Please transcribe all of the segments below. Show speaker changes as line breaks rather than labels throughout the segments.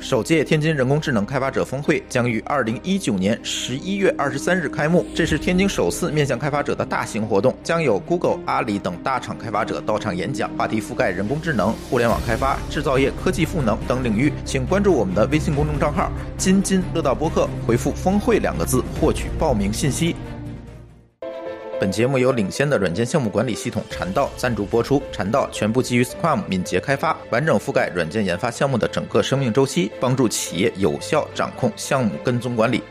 首届天津人工智能开发者峰会将于二零一九年十一月二十三日开幕，这是天津首次面向开发者的大型活动，将有 Google、阿里等大厂开发者到场演讲，话题覆盖人工智能、互联网开发、制造业、科技赋能等领域。请关注我们的微信公众账号“津津乐道播客”，回复“峰会”两个字获取报名信息。本节目由领先的软件项目管理系统禅道赞助播出。禅道全部基于 Scrum 敏捷开发，完整覆盖软件研发项目的整个生命周期，帮助企业有效掌控项目跟踪管理。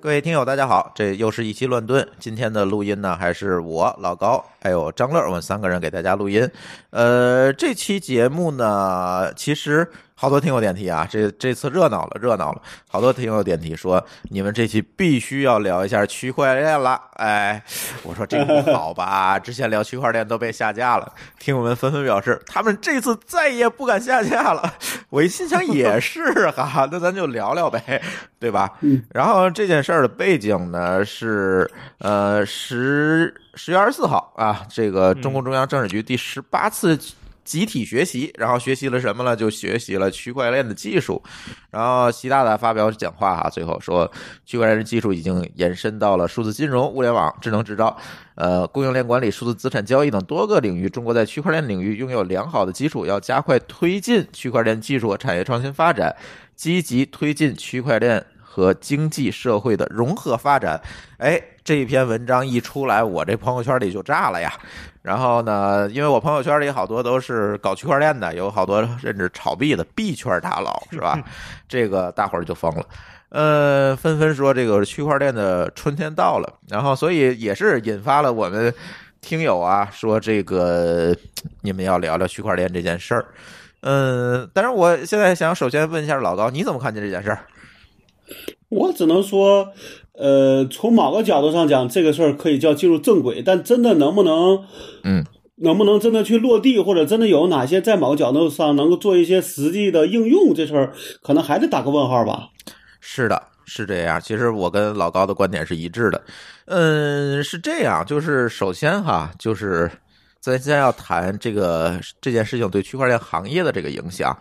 各位听友，大家好，这又是一期乱炖。今天的录音呢，还是我老高，还有张乐，我们三个人给大家录音。呃，这期节目呢，其实好多听友点题啊， 这这次热闹了，热闹了，好多听友点题说你们这期必须要聊一下区块链了。哎，我说这个不好吧，之前聊区块链都被下架了，听友们纷纷表示他们这次再也不敢下架了。我一心想也是哈，那咱就聊聊呗，对吧？然后这件事儿的背景呢是，呃，十十月二十四号啊，这个中共中央政治局第十八次集体学习，然后学习了什么呢？就学习了区块链的技术。然后习大大发表讲话哈、最后说区块链的技术已经延伸到了数字金融、物联网、智能制造、呃供应链管理、数字资产交易等多个领域。中国在区块链领域拥有良好的基础，要加快推进区块链技术和产业创新发展，积极推进区块链和经济社会的融合发展。哎，这一篇文章一出来，我这朋友圈里就炸了呀。然后呢，因为我朋友圈里好多都是搞区块链的，有好多甚至炒币的币圈大佬，是吧？这个大伙儿就疯了。呃，纷纷说这个区块链的春天到了，然后所以也是引发了我们听友啊说这个你们要聊聊区块链这件事儿。嗯，但是我现在想首先问一下老高，你怎么看见这件事儿？
我只能说，呃，从某个角度上讲，这个事儿可以叫进入正轨，但真的能不能，
嗯，
能不能真的去落地，或者真的有哪些在某个角度上能够做一些实际的应用，这事儿可能还得打个问号吧。
是的，是这样。其实我跟老高的观点是一致的。嗯，是这样，就是首先哈，就是咱现在要谈这个这件事情对区块链行业的这个影响。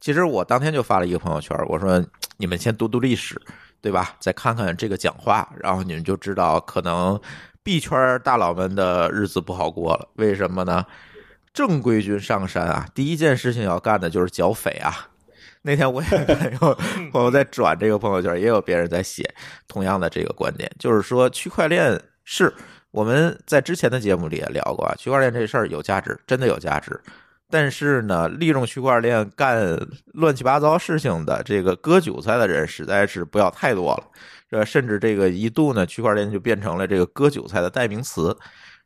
其实我当天就发了一个朋友圈，我说你们先读读历史，对吧？再看看这个讲话，然后你们就知道可能币圈大佬们的日子不好过了。为什么呢？正规军上山啊，第一件事情要干的就是剿匪啊。那天我也看有朋友在转这个朋友圈，也有别人在写同样的这个观点，就是说区块链是我们在之前的节目里也聊过啊，区块链这事儿有价值，真的有价值。但是呢，利用区块链干乱七八糟事情的这个割韭菜的人，实在是不要太多了。这甚至这个一度呢，区块链就变成了这个割韭菜的代名词。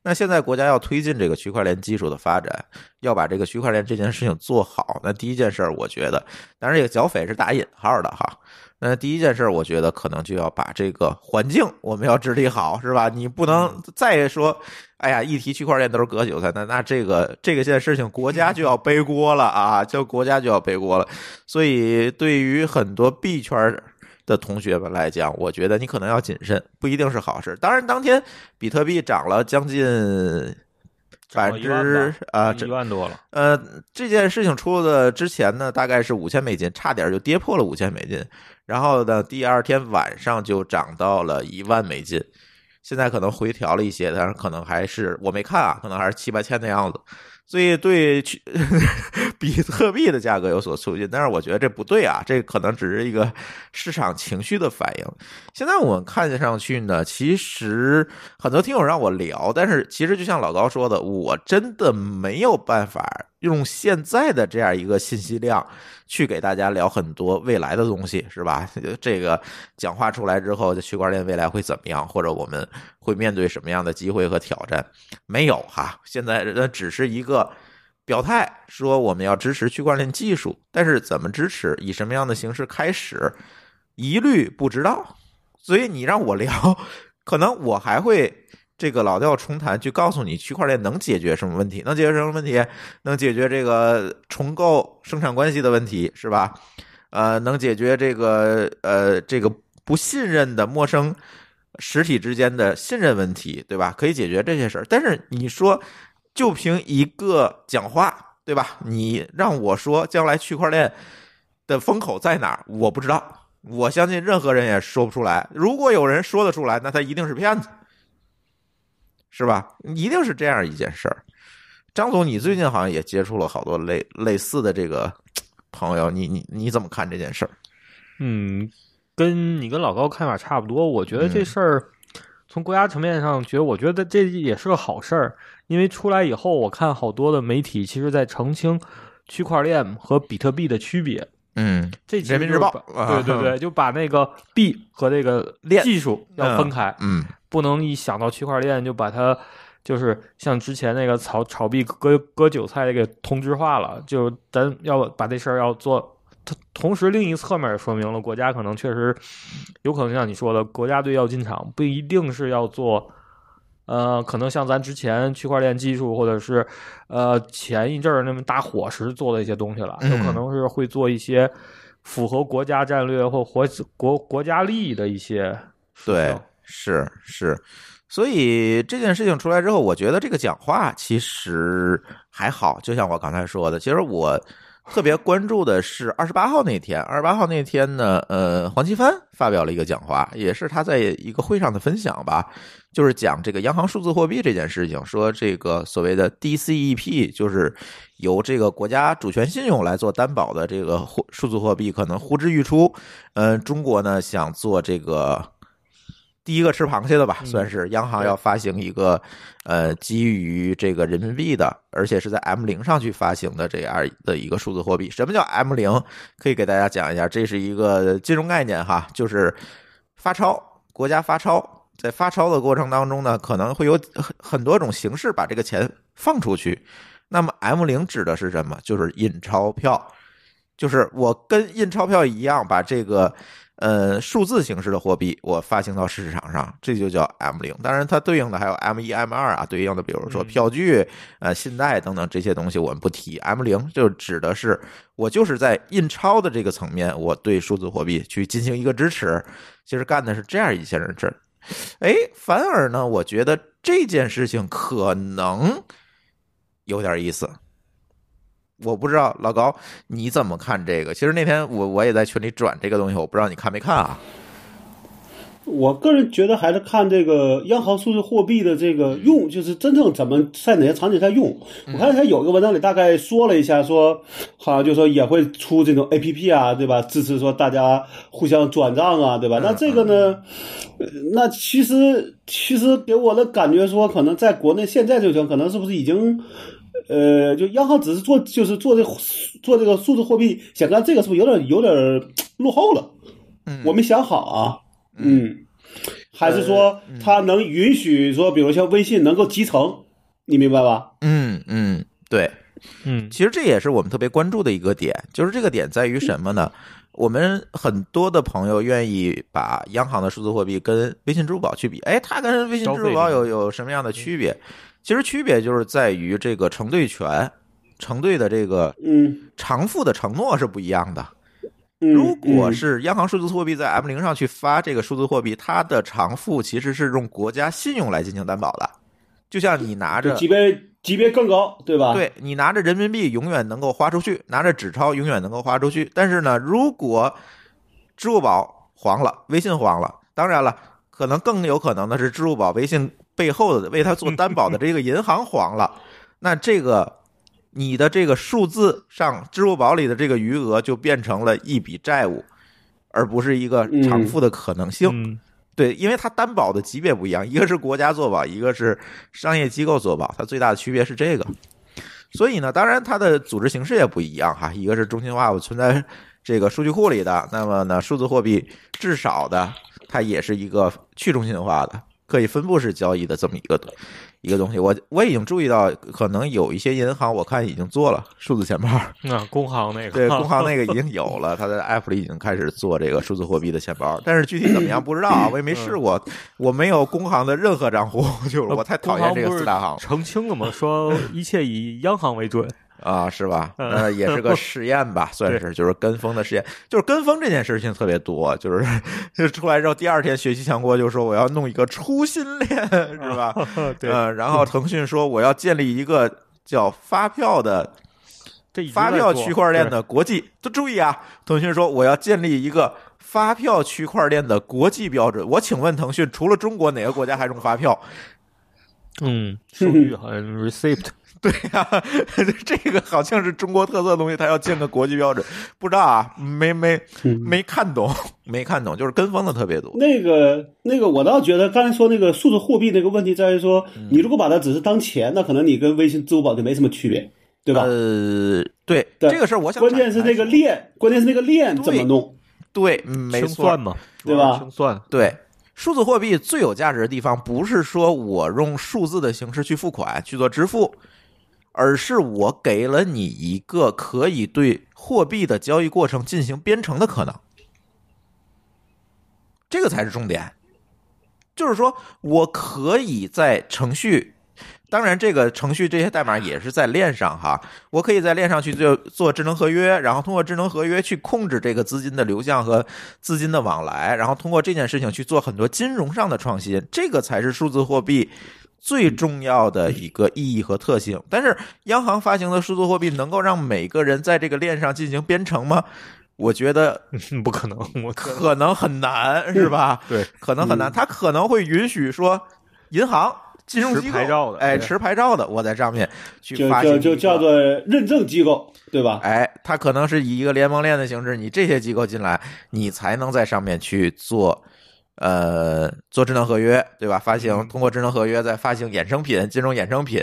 那现在国家要推进这个区块链技术的发展，要把这个区块链这件事情做好，那第一件事儿，我觉得，当然这个剿匪是打引号的哈。那第一件事儿，我觉得可能就要把这个环境我们要治理好，是吧？你不
嗯
能再说，哎呀，一提区块链都是割韭菜，那那这个这个件事情，国家就要背锅了啊，就国家就要背锅了。所以对于很多币圈儿的同学们来讲，我觉得你可能要谨慎，不一定是好事。当然，当天比特币涨了将近百
涨了
分
一万
之
吧嗯
啊，这
一万多了，
呃，这件事情出的之前呢，大概是五千美金，差点就跌破了五千美金。然后呢，第二天晚上就涨到了一万美金，现在可能回调了一些，但是可能还是我没看啊，可能还是七八千的样子。所以对去 比特币的价格有所促进，但是我觉得这不对啊，这可能只是一个市场情绪的反应。现在我们看上去呢，其实很多听友让我聊，但是其实就像老高说的，我真的没有办法用现在的这样一个信息量去给大家聊很多未来的东西，是吧？ 这个讲话出来之后，这区块链未来会怎么样，或者我们会面对什么样的机会和挑战？没有哈，现在那只是一个。表态说我们要支持区块链技术，但是怎么支持，以什么样的形式开始，一律不知道。所以你让我聊， 可能我还会这个老调重弹，去告诉你区块链能解决什么问题，能解决什么问题，能解决这个重构生产关系的问题，是吧？呃，能解决这个呃这个不信任的陌生实体之间的信任问题，对吧？可以解决这些事儿。但是你说，就凭一个讲话，对吧？你让我说将来区块链的风口在哪儿，我不知道。我相信任何人也说不出来。如果有人说得出来，那他一定是骗子，是吧？一定是这样一件事儿。张总，你最近好像也接触了好多类类似的这个朋友，你你你怎么看这件事儿？
嗯，跟你跟老高看法差不多。我觉得这事儿、从国家层面上，觉得我觉得这也是个好事儿，因为出来以后，我看好多的媒体其实在澄清区块链和比特币的区别。
嗯
这其实
人民日
就是
报
把
啊
对对对，就把那个币和这个
链
技术要分开，
嗯
不能一想到区块链就把它就是像之前那个炒炒币割割韭菜给同质化了，就咱要把这事儿要做。同同时，另一侧面也说明了国家可能确实有可能像你说的，国家队要进场，不一定是要做。呃，可能像咱之前区块链技术，或者是呃前一阵儿那么大火时做的一些东西了，有可
嗯
能是会做一些符合国家战略或国国国家利益的一些事
对
情。，
是是，所以这件事情出来之后，我觉得这个讲话其实还好，就像我刚才说的，其实我特别关注的是二十八号那天，二十八号那天呢，呃，黄奇帆发表了一个讲话，也是他在一个会上的分享吧，就是讲这个央行数字货币这件事情，说这个所谓的 DCEP 就是由这个国家主权信用来做担保的这个货数字货币可能呼之欲出，嗯、中国呢想做这个第一个吃螃蟹的吧，
嗯
算是央行要发行一个呃基于这个人民币的，而且是在 M 零上去发行的这样的一个数字货币。什么叫 M 零？可以给大家讲一下，这是一个金融概念哈，就是发钞，国家发钞。在发钞的过程当中呢，可能会有很很多种形式把这个钱放出去。那么 M 零指的是什么？就是印钞票，就是我跟印钞票一样，把这个呃数字形式的货币我发行到市场上，这就叫 M 零。当然，它对应的还有 M 一、M 二啊，对应的比如说
嗯
票据、呃信贷等等这些东西我们不提。M 零就指的是我就是在印钞的这个层面，我对数字货币去进行一个支持。其实干的是这样一件事儿。哎，反而呢，我觉得这件事情可能有点意思。我不知道老高你怎么看这个？其实那天我我也在群里转这个东西，我不知道你看没看啊？
我个人觉得还是看这个央行数字货币的这个用，就是真正怎么在哪些场景下用。我看他有一个文章里大概说了一下说，好像就说也会出这种 A P P 啊，对吧？支持说大家互相转账啊，对吧？那这个呢，呃那其实其实给我的感觉说，可能在国内现在这种可能是不是已经。呃，就央行只是做，就是做这个做这个数字货币，想干这个是不是有点有点儿落后了？
嗯
我没想好啊，嗯，还是
呃
说
嗯
它能允许说，比如像微信能够集成，你明白吧？
嗯嗯，对，
嗯
其实这也是我们特别关注的一个点，就是这个点在于什么呢？我们很多的朋友愿意把央行的数字货币跟微信、支付宝去比，哎，它跟微信、支付宝有有什么样的区别？其实区别就是在于这个承兑权，承兑的这个
嗯
偿付的承诺是不一样的。
嗯，
如果
嗯
是央行数字货币在 M 零上去发这个数字货币，它的偿付其实是用国家信用来进行担保的，就像你拿
就
着
级别级别更高，对吧？，
对你拿着人民币永远能够花出去，拿着纸钞永远能够花出去。但是呢，如果支付宝黄了，微信黄了，当然了，可能更有可能的是支付宝、微信背后的为它做担保的这个银行黄了， 那这个你的这个数字上支付宝里的这个余额就变成了一笔债务，而不是一个偿付的可能性。
嗯
对，因为它担保的级别不一样，一个是国家做保，一个是商业机构做保，它最大的区别是这个。所以呢，当然它的组织形式也不一样哈，一个是中心化，我存在这个数据库里的，那么呢，数字货币至少的它也是一个去中心化的。可以分布式交易的这么一个东一个东西，我我已经注意到，可能有一些银行，我看已经做了数字钱包，
那啊工行 那个
对，工行那个已经有了，它在 App 里已经开始做这个数字货币的钱包，但是具体怎么样不知道啊，我也没试过，我没有工行的任 何账户，就是我太讨厌这个四大行了。
澄清了嘛，说一切以央行为准。
啊，是吧？
嗯
那也是个试验吧，算是就是跟风的试验。就是跟风这件事情特别多，就是就出来之后第二天，学习强国就说我要弄一个初心链， 是吧？
哦啊对，
呃然后腾讯说我要建立一个叫发票的
这已经
发
在
票
做
区块链
对
的国际，都注意啊！腾讯说我要建立一个发票区块链的国际标准。我请问腾讯，除了中国哪个国家还用发票？
嗯，数据好像 receipt
这个好像是中国特色的东西，它要建个国际标准，不知道啊，没没
嗯
没看懂，没看懂，就是跟风的特别多。
那个那个，我倒觉得刚才说那个数字货币那个问题在于说，
嗯
你如果把它只是当钱，那可能你跟微信、支付宝就没什么区别，对吧？
呃，对，
对
这个事儿我想
关键是
展开
那个
说，
链，关键是那个链
对
怎么弄？
对，嗯 没
清
错
算，嘛，
对
主要
吧
是清算，
对，数字货币最有价值的地方，不是说我用数字的形式去付款去做支付，而是我给了你一个可以对货币的交易过程进行编程的可能，这个才是重点。就是说我可以在程序。当然，这个程序这些代码也是在链上哈，我可以在链上去做做智能合约，然后通过智能合约去控制这个资金的流向和资金的往来，然后通过这件事情去做很多金融上的创新，这个才是数字货币最重要的一个意义和特性。但是，央行发行的数字货币能够让每个人在这个链上进行编程吗？我觉得
嗯 不可能，我可
可能很难，是吧？
对，
可能很难。它可能会允许说，银行、金融机
持
构
牌照的
哎，
对
持牌照的，我在上面去
就
发行
就
一
就
个
叫做认证机构，对吧？
哎，它可能是以一个联盟链的形式，你这些机构进来，你才能在上面去做，呃，做智能合约，对吧？发行通过智能合约再发行衍生品、金融衍生品。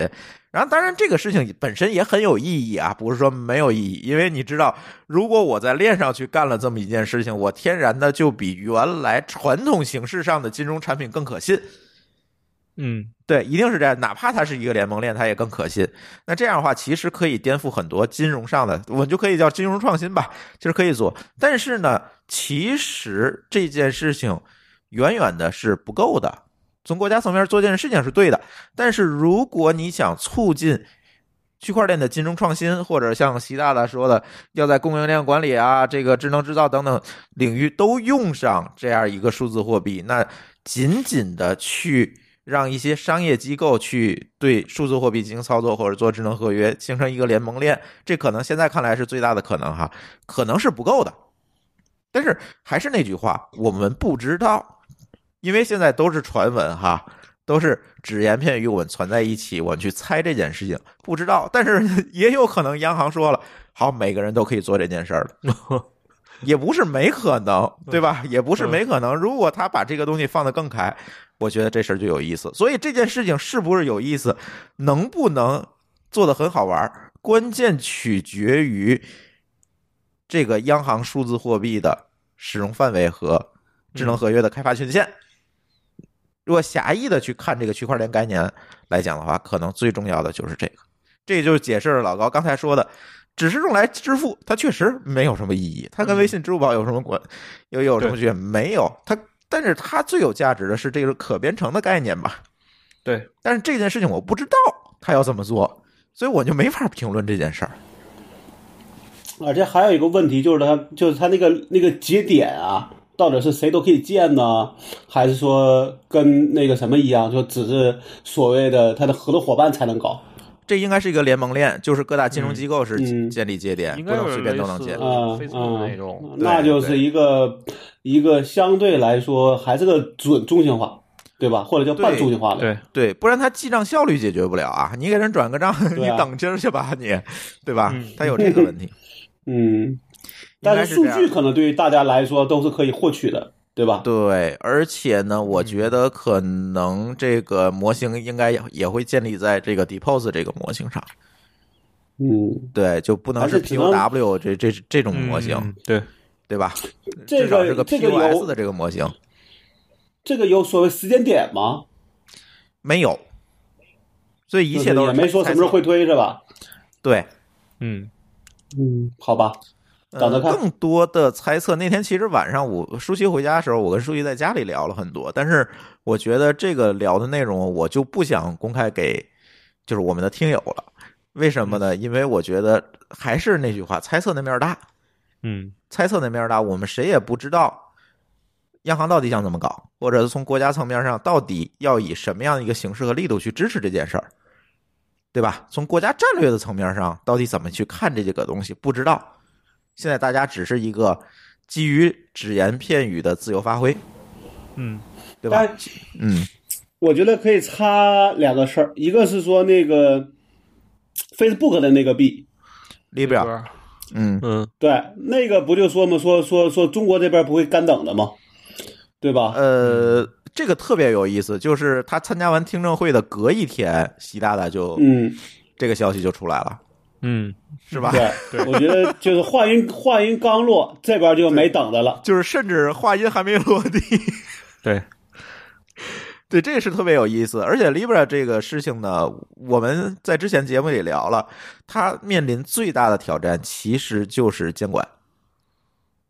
然后，当然这个事情本身也很有意义啊，不是说没有意义，因为你知道，如果我在链上去干了这么一件事情，我天然的就比原来传统形式上的金融产品更可信。
嗯，
对，一定是这样。哪怕它是一个联盟链，它也更可信。那这样的话，其实可以颠覆很多金融上的，我们就可以叫金融创新吧，其实可以做。但是呢，其实这件事情远远的是不够的。从国家层面做这件事情是对的，但是如果你想促进区块链的金融创新，或者像习大大说的，要在供应链管理啊、这个智能制造等等领域都用上这样一个数字货币，那仅仅的去让一些商业机构去对数字货币进行操作，或者做智能合约，形成一个联盟链，这可能现在看来是最大的可能哈，可能是不够的。但是还是那句话，我们不知道，因为现在都是传闻哈，都是只言片语，我们攒在一起，我们去猜这件事情，不知道。但是 也有可能央行说了，好，每个人都可以做这件事儿 了。也不是没可能，对吧？也不是没可能。如果他把这个东西放得更开，我觉得这事儿就有意思。所以这件事情是不是有意思，能不能做得很好玩儿，关键取决于这个央行数字货币的使用范围和智能合约的开发权限。如果狭义的去看这个区块链概念来讲的话，可能最重要的就是这个。这也就是解释了老高刚才说的，只是用来支付，它确实没有什么意义。它
嗯
跟微信、支付宝有什么关？又有什么区别？没有。它，但是它最有价值的是这个可编程的概念吧？
对，
但是这件事情我不知道他要怎么做，所以我就没法评论这件事儿。
而且还有一个问题就是它就是它那个那个节点啊，到底是谁都可以建呢？还是说跟那个什么一样，就只是所谓的它的合作伙伴才能搞？
这应该是一个联盟链，就是各大金融机构是
嗯嗯
建立节点，
应
不
该
能
有
随便都能建。
啊
Facebook 那
啊
种，，
那就是一个一个相对来说还是个准中心化，对吧？或者叫半中心化的。
对，
对，不然它记账效率解决不了啊！你给人转个账，你
对啊
等今儿去吧，你，对吧
嗯？
它有这个 问题。
嗯，但
应
数
该是这
据
样
可能对于大家来说都是可以获取的，对吧？
对，而且呢，我
嗯
觉得可能这个模型应该也也会建立在这个 Depose 这个模型上。
嗯，
对，就不能
而且
是
只能
POW 这这这种模型，
嗯，对，
对吧？
这个
至少是
这个有
POS 的这个模型
这个有所谓时间点吗？
没有，所以一切都
就是是也没说
猜
什么时候
测
会推，是吧？
对。
嗯，
嗯，好吧，等着
呃
看
更多的猜测。那天其实晚上我舒淇回家的时候，我跟舒淇在家里聊了很多，但是我觉得这个聊的内容我就不想公开给就是我们的听友了。为什么呢？因为我觉得还是那句话，猜测那面儿大，
嗯
猜测那面儿大，我们谁也不知道央行到底想怎么搞，或者是从国家层面上到底要以什么样的一个形式和力度去支持这件事儿，对吧？从国家战略的层面上，到底怎么去看这个东西，不知道。现在大家只是一个基于只言片语的自由发挥，
嗯
对吧？
但
嗯
我觉得可以插两个事儿，一个是说那个 Facebook 的那个币，
，Libra，
是
嗯
嗯
对，那个不就说嘛，说说说中国这边不会干等的嘛，对吧？
呃，这个特别有意思，就是他参加完听证会的隔一天，习大大就、
嗯，
这个消息就出来了，
嗯，
是吧？
对，我觉得就是话音话音刚落，这边就没等的了。
就是甚至话音还没落地，
对，
对，这个是特别有意思。而且 Libra 这个事情呢，我们在之前节目里聊了，它面临最大的挑战其实就是监管，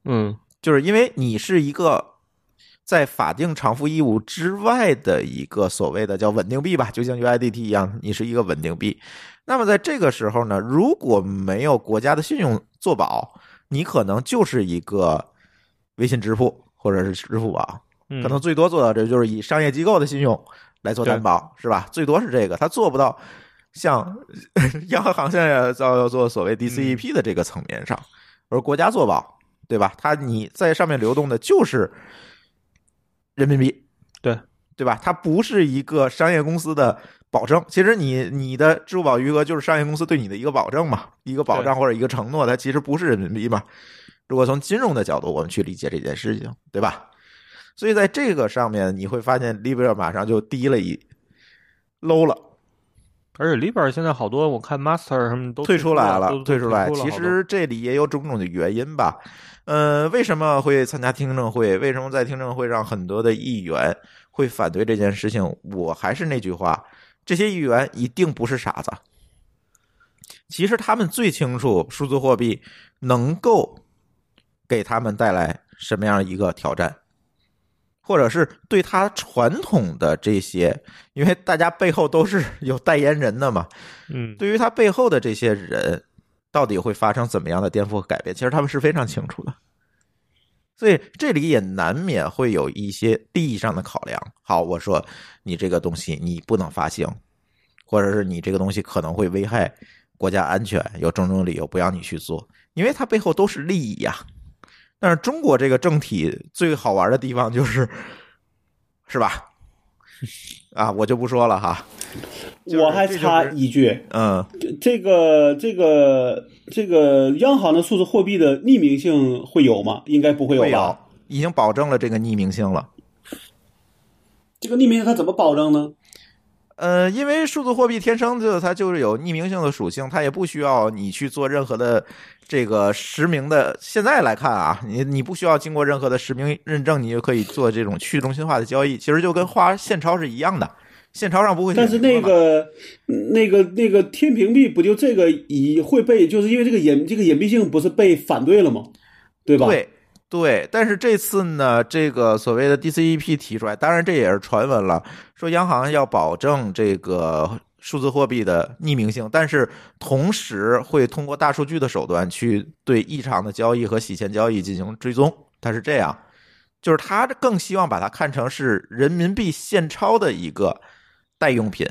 嗯
就是因为你是一个在法定偿付义务之外的一个所谓的叫稳定币吧，就像 UIDT 一样，你是一个稳定币。那么在这个时候呢，如果没有国家的信用做保，你可能就是一个微信支付或者是支付宝，
嗯，
可能最多做到这就是以商业机构的信用来做担
对
保，是吧？最多是这个，它做不到像 央行现在要要做所
嗯
谓 DCEP 的这个层面上，而国家做保，对吧？它你在上面流动的就是人民币，
对
对吧？它不是一个商业公司的保证，其实你你的支付宝余额就是商业公司对你的一个保证嘛，一个保障或者一个承诺，它其实不是人民币嘛。如果从金融的角度，我们去理解这件事情，对吧？所以在这个上面，你会发现 Libra 马上就低了一 low 了，
而且里边现在好多，我看 Master 什么都
退出来
了，
了
都，
退出来。
都
其
退出了好多
实这里也有种种的原因吧。呃，为什么会参加听证会？为什么在听证会上很多的议员会反对这件事情？我还是那句话，这些议员一定不是傻子。其实他们最清楚数字货币能够给他们带来什么样一个挑战，或者是对他传统的这些，因为大家背后都是有代言人的嘛，
嗯
对于他背后的这些人，到底会发生怎么样的颠覆和改变，其实他们是非常清楚的。所以这里也难免会有一些利益上的考量。好，我说你这个东西你不能发行，或者是你这个东西可能会危害国家安全，有种种理由不让你去做，因为它背后都是利益呀、但是中国这个政体最好玩的地方就是，是吧？ 啊，我就不说了哈。就是
我还
这就是
插一句，
嗯
这个这个这个央行的数字货币的匿名性会有吗？应该不会有
会有
吧？，
已经保证了这个匿名性了。
这个匿名性它怎么保证呢？
呃，因为数字货币天生就它就是有匿名性的属性，它也不需要你去做任何的这个实名的。现在来看啊，你你不需要经过任何的实名认证，你就可以做这种去中心化的交易，其实就跟花现钞是一样的。现钞上不会写
但
名字
是
嘛，
那个那个那个天平币不就这个以会被，就是因为这个隐这个隐蔽性不是被反对了吗？对吧？
对对，但是这次呢，这个所谓的 DCEP 提出来，当然这也是传闻了，说央行要保证这个数字货币的匿名性，但是同时会通过大数据的手段去对异常的交易和洗钱交易进行追踪，它是这样。就是他更希望把它看成是人民币现钞的一个代用品，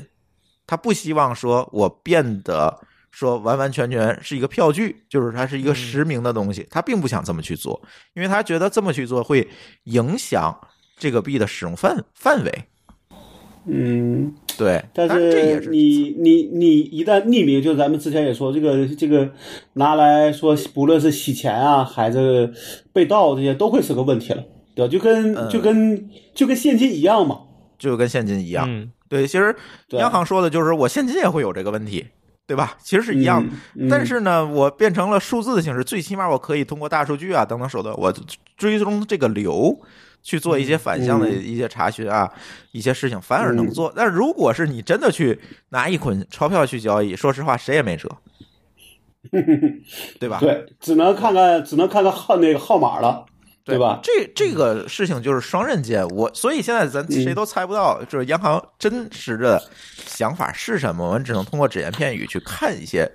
他不希望说我变得说完完全全是一个票据，就是它是一个
嗯
实名的东西，他并不想这么去做，因为他觉得这么去做会影响这个币的使用范范围。
嗯，
对，
但
当然这也是
你你你一旦匿名，就咱们之前也说这个这个拿来说，不论是洗钱啊，还是被盗这些，都会是个问题了，对吧？就跟
嗯
就跟就跟现金一样嘛。
就跟现金一样。
嗯
对，其实
对啊
央行说的就是我现金也会有这个问题，对吧？其实是一样的。
嗯嗯
但是呢，我变成了数字的形式，最起码我可以通过大数据啊等等手段，我追踪这个流，去做一些反向的
嗯
一些查询啊，一些事情，反而能做。但如果是你真的去拿一捆钞票去交易，说实话谁也 没辙，对吧？
对，只能看看只能看看号那个号码了。对吧？
这这个事情就是双刃剑，我所以现在咱
嗯
谁都猜不到，就是央行真实的想法是什么，我们只能通过只言片语去看一些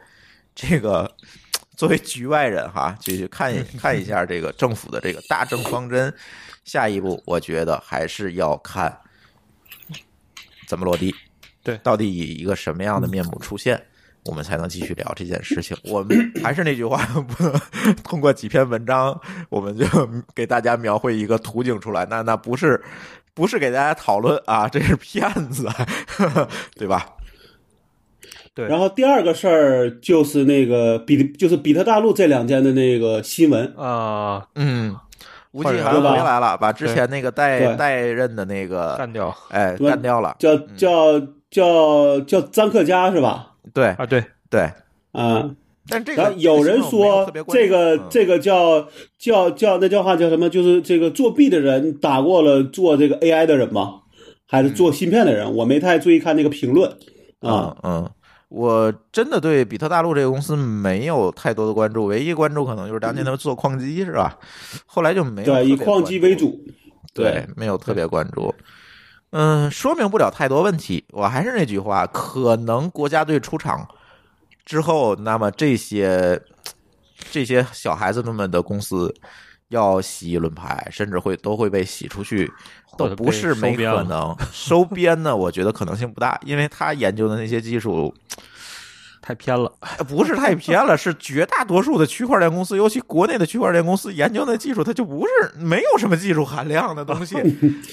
这个。作为局外人哈，就去看 一看一下这个政府的这个大政方针。下一步，我觉得还是要看怎么落地，
对
到底以一个什么样的面目出现，我们才能继续聊这件事情。我们还是那句话，不能通过几篇文章，我们就 给大家描绘一个图景出来。那那不是不是给大家讨论啊，这是骗子， 对吧？
对
然后第二个事儿就是那个比就是比特大陆这两天的那个新闻，
啊，
嗯，吴
换
继
人
涵
了
回
吧
来了，把之前那个代
对
代任的那个
干掉
哎
对
干掉了，
叫叫叫叫张克佳是吧？
对
啊，对，
对。
啊，
但这
然
个
后有人说这个
个
这个叫叫叫那叫话叫什么？就是这个作弊的人打过了做这个 AI 的人吗？还是做芯片的人？我没太注意看那个评论啊
嗯。嗯，我真的对比特大陆这个公司没有太多的关注，唯一关注可能就是当年他们做矿机是吧？后来就没有特
嗯对，
别
以矿机为主。
关注，对，没有特别关注。嗯，说明不了太多问题。我还是那句话，可能国家队出场之后，那么这些这些小孩子们的公司要洗一轮牌，甚至会都会被洗出去，
或
都
者
不
被
是没
收编
可
了
能。收编呢，我觉得可能性不大，因为他研究的那些技术
太偏了，
呃不是太偏了，是绝大多数的区块链公司，尤其国内的区块链公司研究那技术，它就不是没有什么技术含量的东西，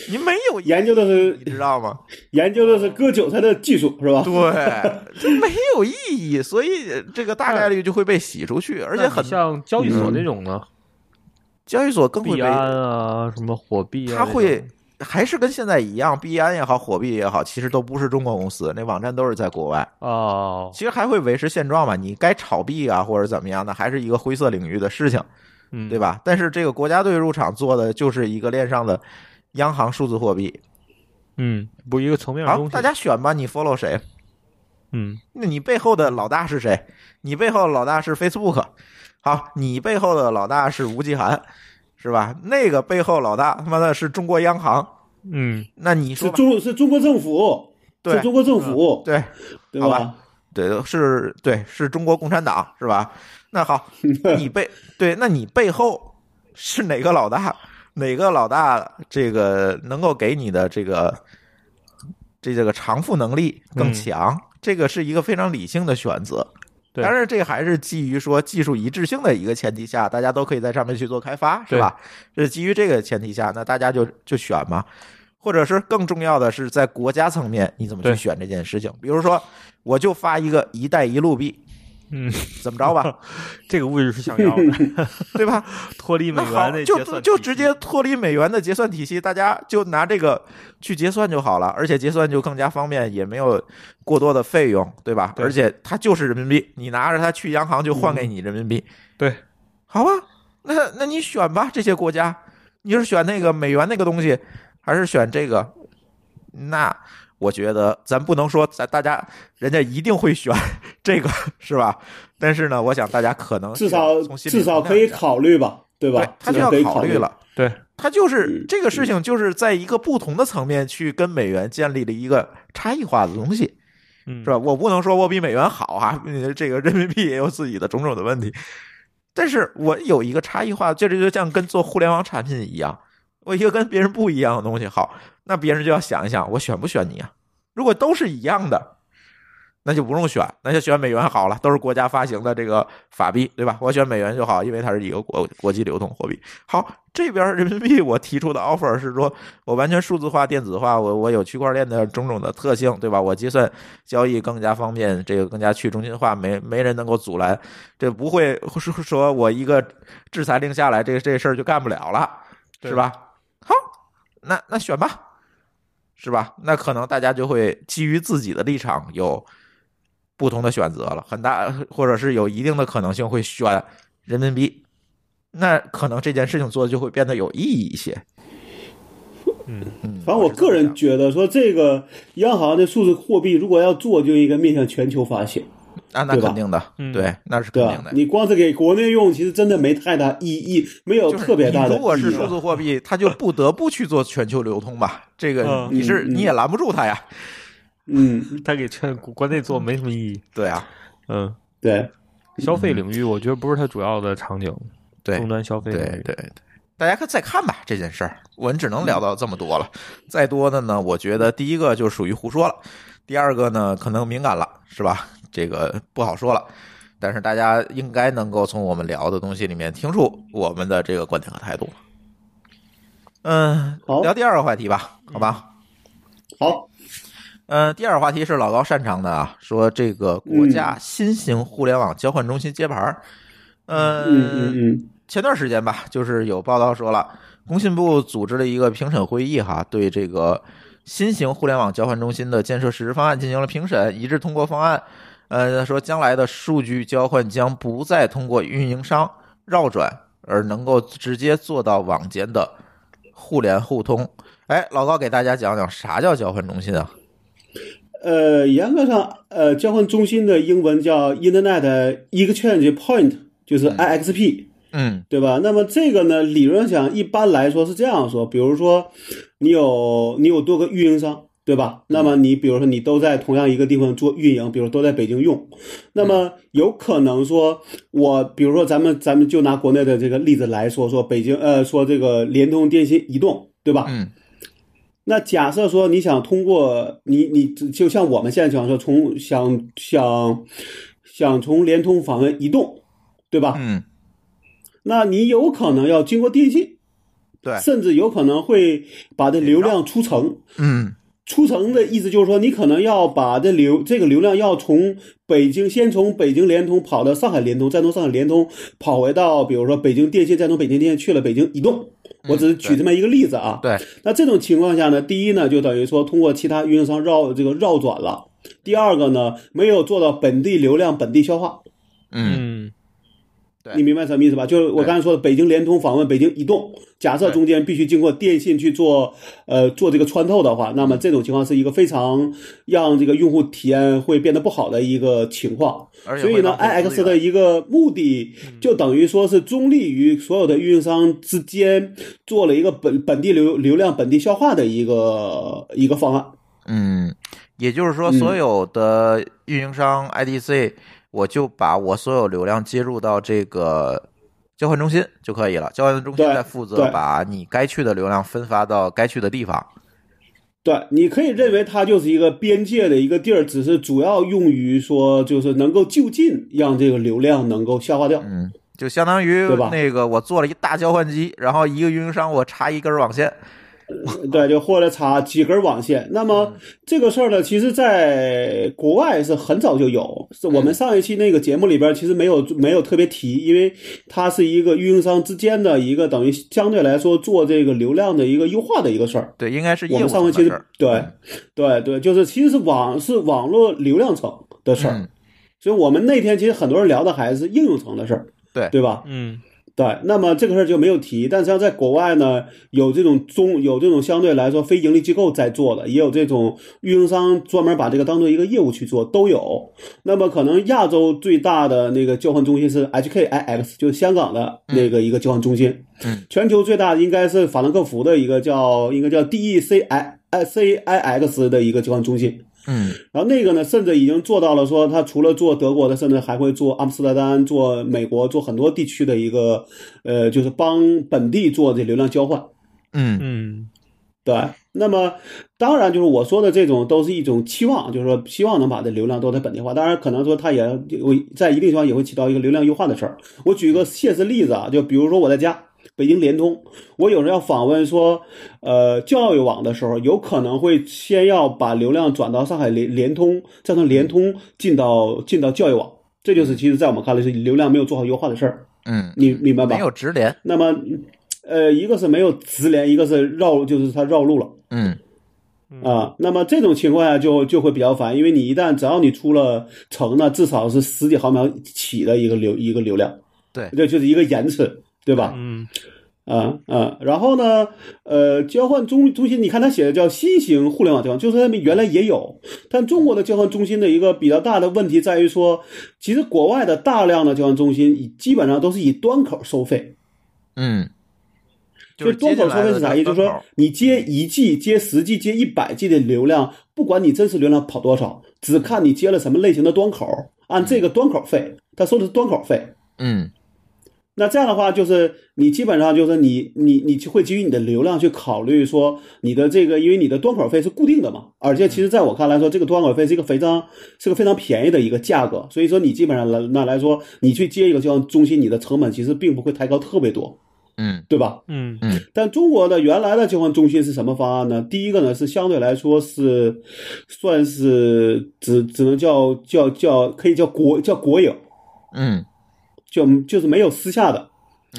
你没有
研究的是
你知道吗？
研究的是割韭菜的技术是吧？
对，这没有意义，所以这个大概率就会被洗出去，而
而
且很
像交易所
嗯
这种呢，
交易所更会
币
被
安啊，什么火币啊，
它会还是跟现在一样，币安也好，火币也好，其实都不是中国公司，那网站都是在国外。
哦，
其实还会维持现状嘛，你该炒币啊或者怎么样的，还是一个灰色领域的事情，
嗯，
对吧？但是这个国家队入场做的就是一个链上的央行数字货币，
嗯，不一个层面的
好、
东西，
大家选吧，你 follow 谁？
嗯，
那你背后的老大是谁？你背后的老大是 Facebook，好，你背后的老大是吴继涵，是吧？那个背后老大他妈的是中国央行，
嗯，
那你
是
说吧，
中是中国政府，是
对嗯
中国政府，
对
对
好
吧
吧？对，是对，是中国共产党，是吧？那好， 你背对，那你背后是哪个老大？哪个老大这个能够给你的这个这这个偿付能力
嗯
更强？这个是一个非常理性的选择。
对
当然，这还是基于说技术一致性的一个前提下，大家都可以在上面去做开发，是吧？这是基于这个前提下，那大家就就选嘛，或者是更重要的是在国家层面你怎么去
对
选这件事情。比如说，我就发一个“一带一路”币，
嗯，
怎么着吧，
这个位置是想 要的，
对吧？
脱离美
那好
元那，结
就
算
就
体
直
系
接脱离美元的结算体系，大家就拿这个去结算就好了，而且结算就更加方便，也没有过多的费用，对吧？
对嗯
而且它就是人民币，你拿着它去央行就换给你人民币，
对，
好吧？那那你选吧，这些国家，你是选那个美元那个东西，还是选这个？那我觉得咱不能说咱大家人家一定会选 这个是吧？但是呢，我想大家可能
至少
从心里
至少
衡量
可以
一下
考虑吧，对
对
吧？，
他
至
就
少
要
可以
考
虑
虑。了。
对，
他就是这个事情，就是在一个不同的层面去跟美元建立了一个差异化的东西，
嗯，
是吧？我不能说我比美元好啊，呃这个人民币也有自己的种种的问题，但是我有一个差异化，这就像跟做互联网产品一样，我一个跟别人不一样的东西好，那别人就要想一想，我选不选你啊？如果都是一样的。那就不用选，那就选美元好了，都是国家发行的这个法币，对吧？我选美元就好，因为它是一个国国际流通货币。好，这边人民币我提出的 offer 是说，我完全数字化、电子化，我我有区块链的种种的特性，对吧？我结算交易更加方便，这个更加去中心化，没没人能够阻拦，这不会说说我一个制裁令下来，这这事儿就干不了了，
对
是吧？好，那那选吧，是吧？那可能大家就会基于自己的立场有不同的选择了，很大 或者是有一定的可能性会选人民币。那可能这件事情做的就会变得有意义一些。
嗯
嗯，
反正我
是这么
个人
想
觉得，说这个央行的数字货币如果要做，就应该面向全球发行，
啊，那
对吧
肯定的，
嗯
对，那是肯
对
定的？。
吧你光是给国内用，其实真的没太大意义，没有
就是
特别大
你
的意义吧。啊
如果是数字货币，它就不得不去做全球流通吧？这个
嗯
你是
嗯嗯
你也拦不住它呀，
嗯，
他给全国国内做没什么意义。
对啊，
嗯，
对，
消费领域我觉得不是它主要的场景，
对
终端消费领
对
域。
对嗯对，大家看再看吧这件事儿，我们只能聊到这么多了。再多的呢，我觉得第一个就属于胡说了，第二个呢可能敏感了，是吧？这个不好说了。但是大家应该能够从我们聊的东西里面听出我们的这个观点和态度。嗯，
好嗯
聊第二个话题吧，好吧？
好，
嗯，第二个话题是老高擅长的啊，说这个国家新型互联网交换中心揭牌儿。呃
嗯嗯嗯，
前段时间吧，就是有报道说了，工信部组织了一个评审会议哈，对这个新型互联网交换中心的建设实施方案进行了评审，一致通过方案。呃，说将来的数据交换将不再通过运营商绕转，而能够直接做到网间的互联互通。哎，老高给大家讲讲啥叫交换中心啊？
呃，严格上，呃，交换中心的英文叫 Internet Exchange Point，就是 IXP。
嗯
对吧？那么这个呢，理论上一般来说是这样说，比如说你有你有多个运营商，对吧？
嗯
那么你比如说你都在同样一个地方做运营，比如都在北京用，那么
嗯
有可能说我比如说咱们咱们就拿国内的这个例子来说，说北京呃说这个联通、电信、移动，对吧？
嗯
那假设说你想通过你你就像我们现在想说从想想想从联通访问移动，对吧？
嗯，
那你有可能要经过电信，
对，
甚至有可能会把这流量出城。
嗯
出城的意思就是说，你可能要把这流这个流量要从北京先从北京联通跑到上海联通，再从上海联通跑回到比如说北京电信，再从北京电信去了北京移动。我只是举这么一个例子啊。
对，
那这种情况下呢，第一呢，就等于说通过其他运营商绕这个绕转了；第二个呢，没有做到本地流量本地消化。
嗯
嗯
对
你明白什么意思吧？就是我刚才说的，北京联通访问北京移动，假设
对
中间必须经过电信去做，呃，做这个穿透的话，那么这种情况是一个非常让这个用户体验会变得不好的一个情况。
而且
所以
会
呢
浪费资
，IX
源
的一个目的就
嗯
等于说是中立于所有的运营商之间，做了一个本本地流流量本地消化的一个一个方案。
嗯，也就是说，
嗯
所有的运营商 IDC，、我就把我所有流量接入到这个交换中心就可以了。交换中心
对
再负责
对
把你该去的流量分发到该去的地方。
对，你可以认为它就是一个边界的一个地儿，只是主要用于说，就是能够就近让这个流量能够消化掉。
嗯，就相当于
对吧
那个我做了一大交换机，然后一个运营商我插一根网线。
对，就或者插几根网线。那么
嗯
这个事儿呢，其实在国外是很早就有，是
嗯
我们上一期那个节目里边其实没有没有特别提，因为它是一个运营商之间的一个等于相对来说做这个流量的一个优化的一个事儿。
对，应该是
我
业务
们上
层
回
的
其
事
实
儿。嗯
对对对，就是其实是网是网络流量层的事儿。
嗯
所以我们那天其实很多人聊的还是应用层的事儿，
对
对吧？
嗯
对，那么这个事儿就没有提，但实际上在国外呢，有这种中有这种相对来说非盈利机构在做的，也有这种运营商专门把这个当做一个业务去做，都有。那么可能亚洲最大的那个交换中心是 HKIX，就是香港的那个一个交换中心。
嗯，
全球最大的应该是法兰克福的一个叫应该叫 E DECI CIX 的一个交换中心。
嗯
然后那个呢，甚至已经做到了说，它除了做德国的，甚至还会做阿姆斯特丹、做美国、做很多地区的一个，呃，就是帮本地做这流量交换。
嗯
嗯
对，那么当然就是我说的这种都是一种期望，就是说希望能把这流量都在本地化。当然，可能说它也会在一定情况也会起到一个流量优化的事儿。我举一个现实例子啊，就比如说我在家北京联通，我有时候要访问说，呃，教育网的时候，有可能会先要把流量转到上海联联通，再从联通进到进到教育网。这就是其实在我们看来是流量没有做好优化的事儿，
嗯，
你明白吧？
没有直连。
那么，呃，一个是没有直连，一个是绕，就是它绕路了。
嗯
啊，那么这种情况下就就会比较烦，因为你一旦只要你出了城呢，至少是十几毫秒起的一个流一个流量，
对
这就是一个延迟，对吧？
嗯
啊啊，然后呢，呃，交换中中心，你看他写的叫新型互联网交换，就是他们原来也有，但中国的交换中心的一个比较大的问题在于说，其实国外的大量的交换中心以基本上都是以端口收费，
嗯，
就是
接
端
进
口收
来
费
的
是啥意思？
端
就是说
口嗯
你接一 G、接十 G、接一百 G 的流量，不管你真实流量跑多少，只看你接了什么类型的端口，按这个端口费，他收的是端口费。
嗯
那这样的话，就是你基本上就是你你你会基于你的流量去考虑说你的这个，因为你的端口费是固定的嘛，而且
嗯
其实在我看来说，这个端口费是一个非常是个非常便宜的一个价格，所以说你基本上来那来说，你去接一个交易中心，你的成本其实并不会抬高特别多，
嗯
对吧？
嗯
但中国的原来的交换中心是什么方案呢？第一个呢是相对来说是算是只只能叫叫叫可以叫国叫国有，
嗯
就就是没有私下的，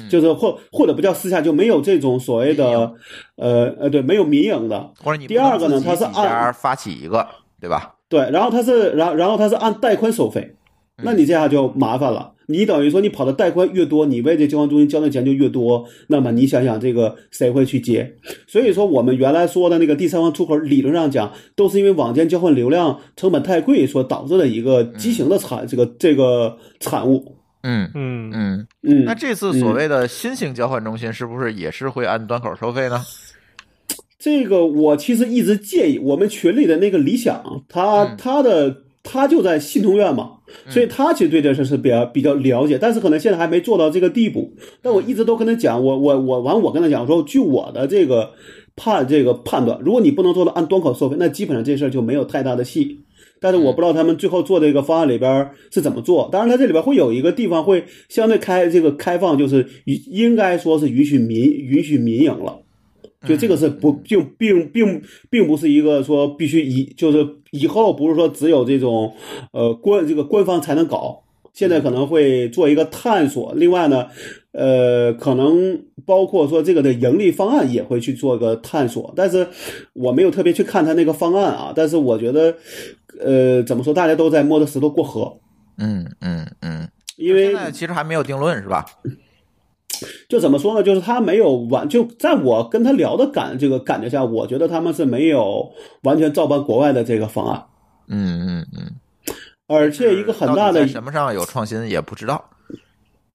就是或或者不叫私下，就没有这种所谓
民
的
营，
呃呃，对，没有民营的，
或者你
第二个呢
不能自己
它是
几家
按
发起一个，对吧？
对，然后它是，然后然后它是按带宽收费，那你这下就麻烦了。你等于说你跑的带宽越多，你为这交换中心交的钱就越多，那么你想想这个谁会去接？所以说我们原来说的那个第三方出口，理论上讲都是因为网间交换流量成本太贵所导致的一个畸形的产这个这个产物。
嗯
嗯
嗯，
嗯，
那这次所谓的新型交换中心是不是也是会按端口收费呢？
这个我其实一直建议我们群里的那个李想，他、
嗯
他的他就在新通苑嘛，所以他其实对这事是比较比较了解，但是可能现在还没做到这个地步。但我一直都跟他讲，我我我完我跟他讲，我说据我的这个判这个判断，如果你不能做到按端口收费，那基本上这事儿就没有太大的戏。但是我不知道他们最后做这个方案里边儿是怎么做。当然，它这里边会有一个地方会相对开这个开放，就是允应该说是允许民允许民营了。就
嗯
这个是不并并并并不是一个说必须以就是以后不是说只有这种呃官这个官方才能搞，现在可能会做一个探索。另外呢，呃，可能包括说这个的盈利方案也会去做个探索，但是我没有特别去看他那个方案啊，但是我觉得。呃，怎么说？大家都在摸着石头过河，
嗯嗯嗯，
因为
现在其实还没有定论是吧？
就怎么说呢？就是他没有完，就在我跟他聊的感这个感觉下，我觉得他们是没有完全照搬国外的这个方案，
嗯嗯嗯，
而且一个很大
到
的
底在什么上有创新也不知道。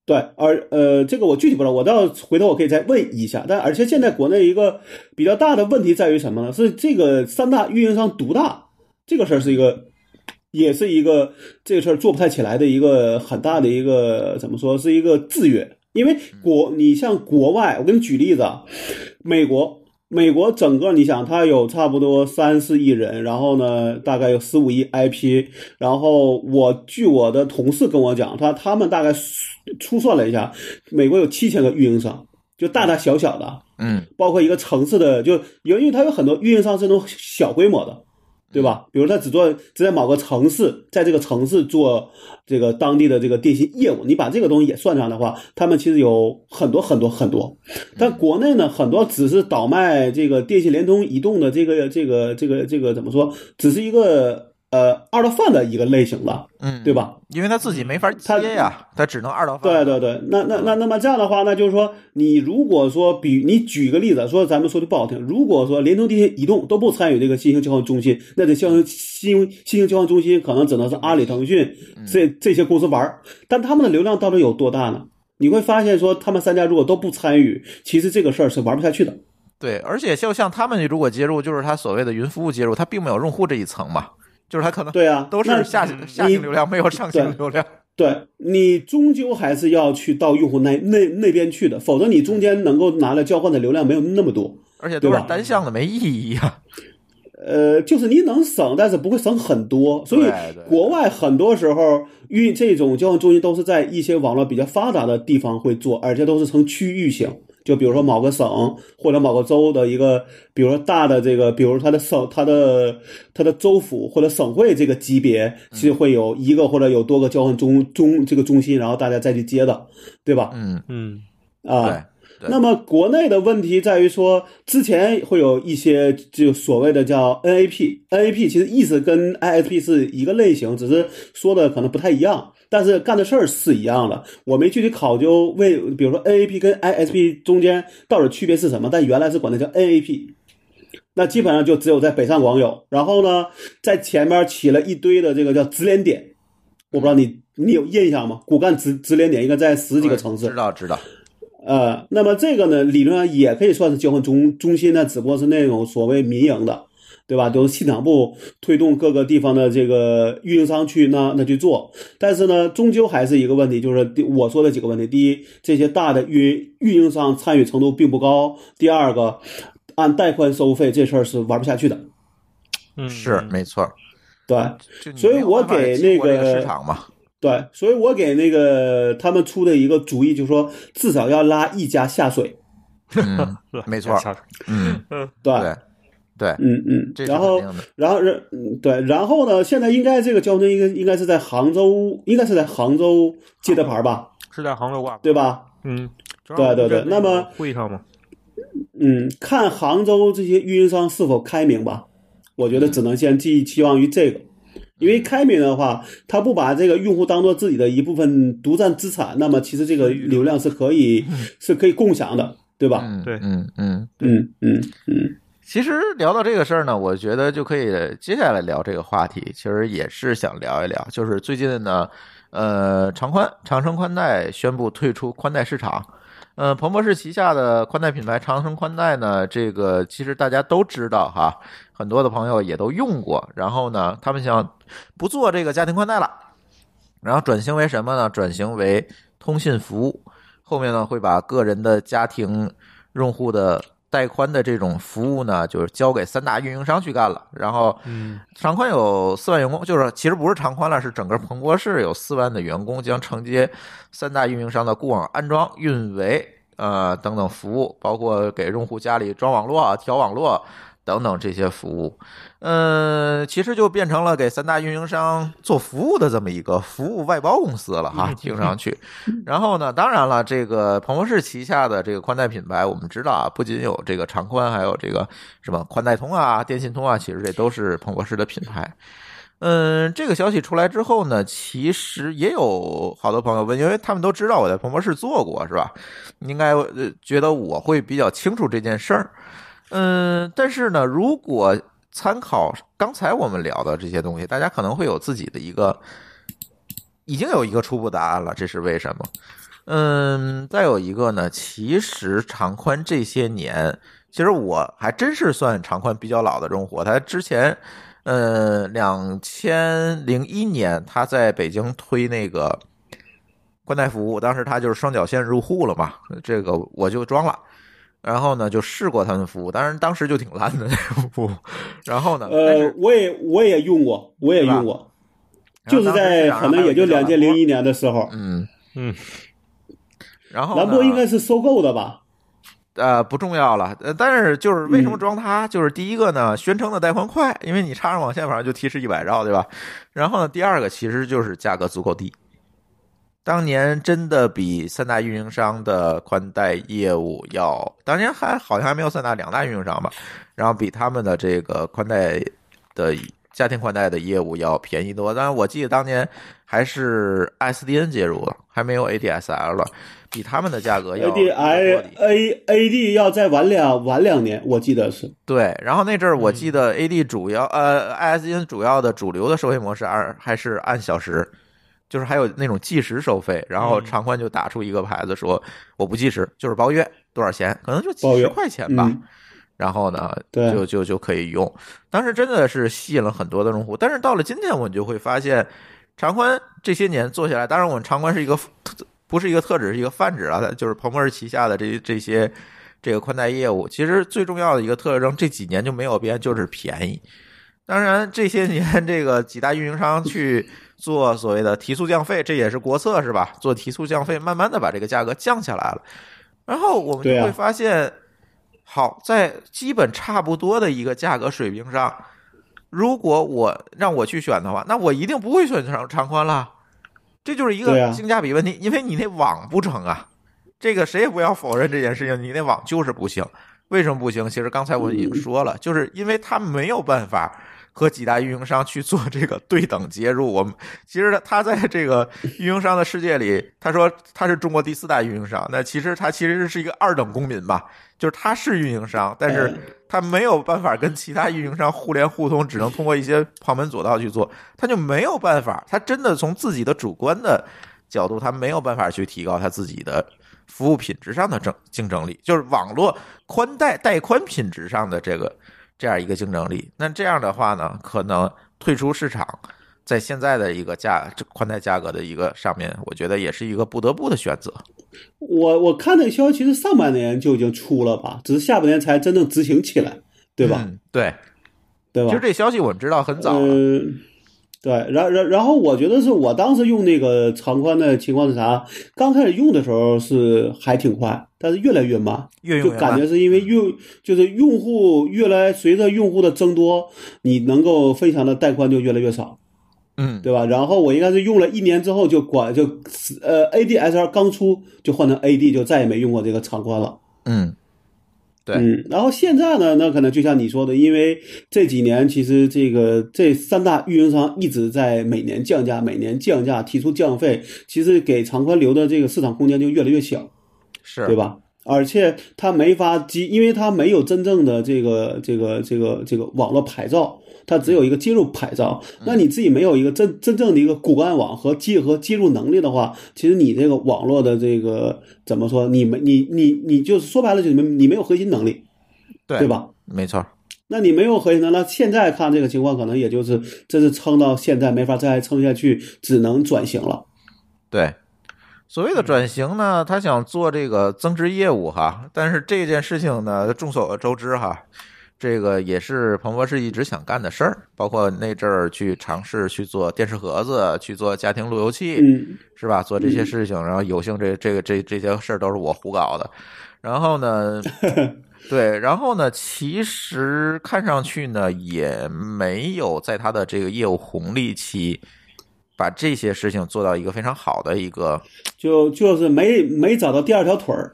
对，而呃，这个我具体不知道，我到回头我可以再问一下。但而且现在国内一个比较大的问题在于什么呢？是这个三大运营商独大这个事儿是一个，也是一个这个事儿做不太起来的一个很大的一个怎么说是一个制约。因为国你像国外，我给你举例子啊，美国。美国整个，你想，它有差不多三四亿人，然后呢，大概有十五亿 IP，然后我据我的同事跟我讲，他他们大概粗算了一下，美国有七千个运营商，就大大小小的，
嗯
包括一个城市的，就因为它有很多运营商是那种小规模的，对吧？比如他只做只在某个城市，在这个城市做这个当地的这个电信业务，你把这个东西也算上的话，他们其实有很多很多很多。但国内呢，很多只是倒卖这个电信、联通、移动的这个这个这个这个怎么说，只是一个呃二道贩的一个类型了，
嗯，
对？吧？
因为他自己没法接呀，他只能二道贩。
啊对对对，那那那那么这样的话，那就是说，你如果说比你举个例子说，咱们说句不好听，如果说联通、电信、移动都不参与这个新型交换中心，那这新型新新型交换中心可能只能是阿里、腾讯
嗯
这这些公司玩儿，但他们的流量到底有多大呢？你会发现说，他们三家如果都不参与，其实这个事儿是玩不下去的。
对，而且就像他们如果接入，就是他所谓的云服务接入，他并没有用户这一层嘛，就是他可能
对啊，
都
那
是下
嗯
下行流量，没有上行流量。
对你终究还是要去到用户那那那边去的，否则你中间能够拿来交换的流量没有那么多。
而且都是
对吧
单向的，没意义啊。
呃，就是你能省，但是不会省很多。所以
对对
国外很多时候运这种交换中心都是在一些网络比较发达的地方会做，而且都是呈区域型。就比如说某个省或者某个州的一个，比如说大的这个，比如它的省、它的它的州府或者省会这个级别，
嗯
其实会有一个或者有多个交换中中这个中心，然后大家再去接的，对吧？
嗯，
嗯
啊、
对。对
那么国内的问题在于说，之前会有一些就所谓的叫 NAP，NAP 其实意思跟 ISP 是一个类型，只是说的可能不太一样，但是干的事儿是一样的。我没具体考究为，比如说 NAP 跟 ISP 中间到底区别是什么，但原来是管它叫 NAP。那基本上就只有在北上广有，然后呢，在前面起了一堆的这个叫直连点，我不知道你你有印象吗？骨干直直连点应该在十几个城市
知，道知道，
呃，那么这个呢，理论上也可以算是交换中中心呢，只不过是那种所谓民营的，对吧？都是市场部推动各个地方的这个运营商去那那去做，但是呢，终究还是一个问题，就是第我说的几个问题：第一，这些大的运运营商参与程度并不高；第二个，按带宽收费这事儿是玩不下去的，
嗯，
是没错。
对。
就你
所以
没有
我
办法
给
激
那
活这
个
市场嘛，
对，所以我给那个他们出的一个主意，就是说至少要拉一家下水，
嗯，没错
下手
嗯，
对吧，
对对，
嗯嗯
这，是
啊然后
肯定的
然后然嗯对，然后呢，现在应该这个交通应该应该是在杭州，应该是在杭州接的牌儿吧，
是在杭州挂牌，
对吧？
嗯，正
对
好
对对
在
那么
个会上嘛，
嗯，看杭州这些运营商是否开明吧，我觉得只能先寄期望于这个。因为开明的话，他不把这个用户当做自己的一部分独占资产，那么其实这个流量是可以是可以共享的，对吧？
嗯，
对
嗯嗯。
嗯嗯嗯
其实聊到这个事儿呢，我觉得就可以接下来聊这个话题。其实也是想聊一聊，就是最近呢，呃，长宽长城宽带宣布退出宽带市场。呃，彭博士旗下的宽带品牌长城宽带呢，这个其实大家都知道哈，很多的朋友也都用过。然后呢，他们想不做这个家庭宽带了，然后转型为什么呢？转型为通信服务。后面呢，会把个人的家庭用户的带宽的这种服务呢，就是交给三大运营商去干了。然后，
嗯，
长宽有四万员工，就是其实不是长宽了，是整个彭博市有四万的员工将承接三大运营商的固网安装、运维呃等等服务，包括给用户家里装网络啊、调网络等等这些服务。嗯，其实就变成了给三大运营商做服务的这么一个服务外包公司了哈，听上去。然后呢，当然了，这个彭博士旗下的这个宽带品牌，我们知道啊，不仅有这个长宽，还有这个什么宽带通啊、电信通啊，其实这都是彭博士的品牌。嗯，这个消息出来之后呢，其实也有好多朋友问，因为他们都知道我在彭博士做过，是吧？应该呃觉得我会比较清楚这件事儿。嗯，但是呢，如果参考刚才我们聊的这些东西，大家可能会有自己的一个，已经有一个初步答案了，这是为什么？嗯，再有一个呢，其实长宽这些年，其实我还真是算长宽比较老的用户，他之前。呃，两千零一年，他在北京推那个宽带服务，当时他就是双绞线入户了嘛，这个我就装了。然后呢，就试过他们服务，当然当时就挺烂的那个服务。然后呢，
嗯，
但
呃
是，
我也我也用过，我也
对吧
用过，就是在可能也就两千零，一年的时候，
嗯
嗯，
然后呢
呃兰博应该是收购的吧？
呃不重要了，呃，但是就是为什么装它？就是第一个呢，宣称的带宽快，因为你插上网线反正就提示一百兆，对吧？然后呢，第二个其实就是价格足够低。当年真的比三大运营商的宽带业务要，当年还好像还没有三大两大运营商吧，然后比他们的这个宽带的呃家庭宽带的业务要便宜多。当然，我记得当年还是 SDN 介入了，还没有 ADSL 了，比他们的价格要
A D
要多
I
一些
A A D 要再晚两晚两年，我记得是，
对，然后那阵儿
嗯
我记得 AD 主要、呃 ISN 主要的主流的收费模式按还是按小时，就是还有那种计时收费，然后
嗯
长宽就打出一个牌子说我不计时，就是包月多少钱，可能就
包
几十
月
块钱吧。
嗯，
然后呢，
对
就就就可以用。当时真的是吸引了很多的用户，但是到了今天，我们就会发现，长宽这些年做下来，当然我们长宽是一个特不是一个特指，是一个泛指啊，它就是彭博士旗下的这这些这个宽带业务，其实最重要的一个特征，这几年就没有变，就是便宜。当然，这些年这个几大运营商去做所谓的提速降费，这也是国策是吧？做提速降费，慢慢的把这个价格降下来了。然后我们就
对啊
会发现，好，在基本差不多的一个价格水平上，如果我让我去选的话，那我一定不会选长长宽了。这就是一
对
个
啊
性价比问题，因为你那网不成啊。这个谁也不要否认这件事情，你那网就是不行。为什么不行？其实刚才我已经说
嗯
了，就是因为它没有办法和几大运营商去做这个对等接入。我们其实它在这个运营商的世界里，他说他是中国第四大运营商，那其实它其实是一个二等公民吧，就是他是运营商，但
哎
是他没有办法跟其他运营商互联互通，只能通过一些旁门左道去做，他就没有办法，他真的从自己的主观的角度，他没有办法去提高他自己的。服务品质上的争竞争力，就是网络宽带带宽品质上的这个这样一个竞争力。那这样的话呢，可能退出市场，在现在的一个价这宽带价格的一个上面，我觉得也是一个不得不的选择。
我我看那个消息，其实上半年就已经出了吧，只是下半年才真正执行起来，对吧？
嗯、对，
对吧？
其实这消息我们知道很早了。
呃对，然然然后我觉得是我当时用那个长宽的情况是啥？刚开始用的时候是还挺快，但是越来越慢，
越用
就
越
感觉
慢嗯
是因为用就是用户越来随着用户的增多，你能够分享的带宽就越来越少，
嗯，
对吧？然后我应该是用了一年之后就管就呃 ADSL 刚出就换成 AD，就再也没用过这个长宽了。
嗯，对
嗯，然后现在呢，那可能就像你说的，因为这几年其实这个这三大运营商一直在每年降价，每年降价，提出降费，其实给长宽留的这个市场空间就越来越小，
是
对？吧？而且它没法基，因为它没有真正的这个这个这个这个网络牌照，它只有一个接入牌照。
嗯
那你自己没有一个真真正的一个骨干网和接和接入能力的话，其实你这个网络的这个怎么说？你没你你你就是说白了就是你没你没有核心能力。
对
对？吧？
没错，
那你没有核心能力，那现在看这个情况，可能也就是真是撑到现在没法再撑下去，只能转型了。
对。所谓的转型呢，他想做这个增值业务哈，但是这件事情呢，众所周知哈，这个也是彭博士一直想干的事儿，包括那阵儿去尝试去做电视盒子，去做家庭路由器，
嗯
是吧？做这些事情，然后有幸这这个这这些事儿都是我胡搞的。然后 呢，对，然后呢，其实看上去呢，也没有在他的这个业务红利期，把这些事情做到一个非常好的一个，
就就是没没找到第二条腿儿。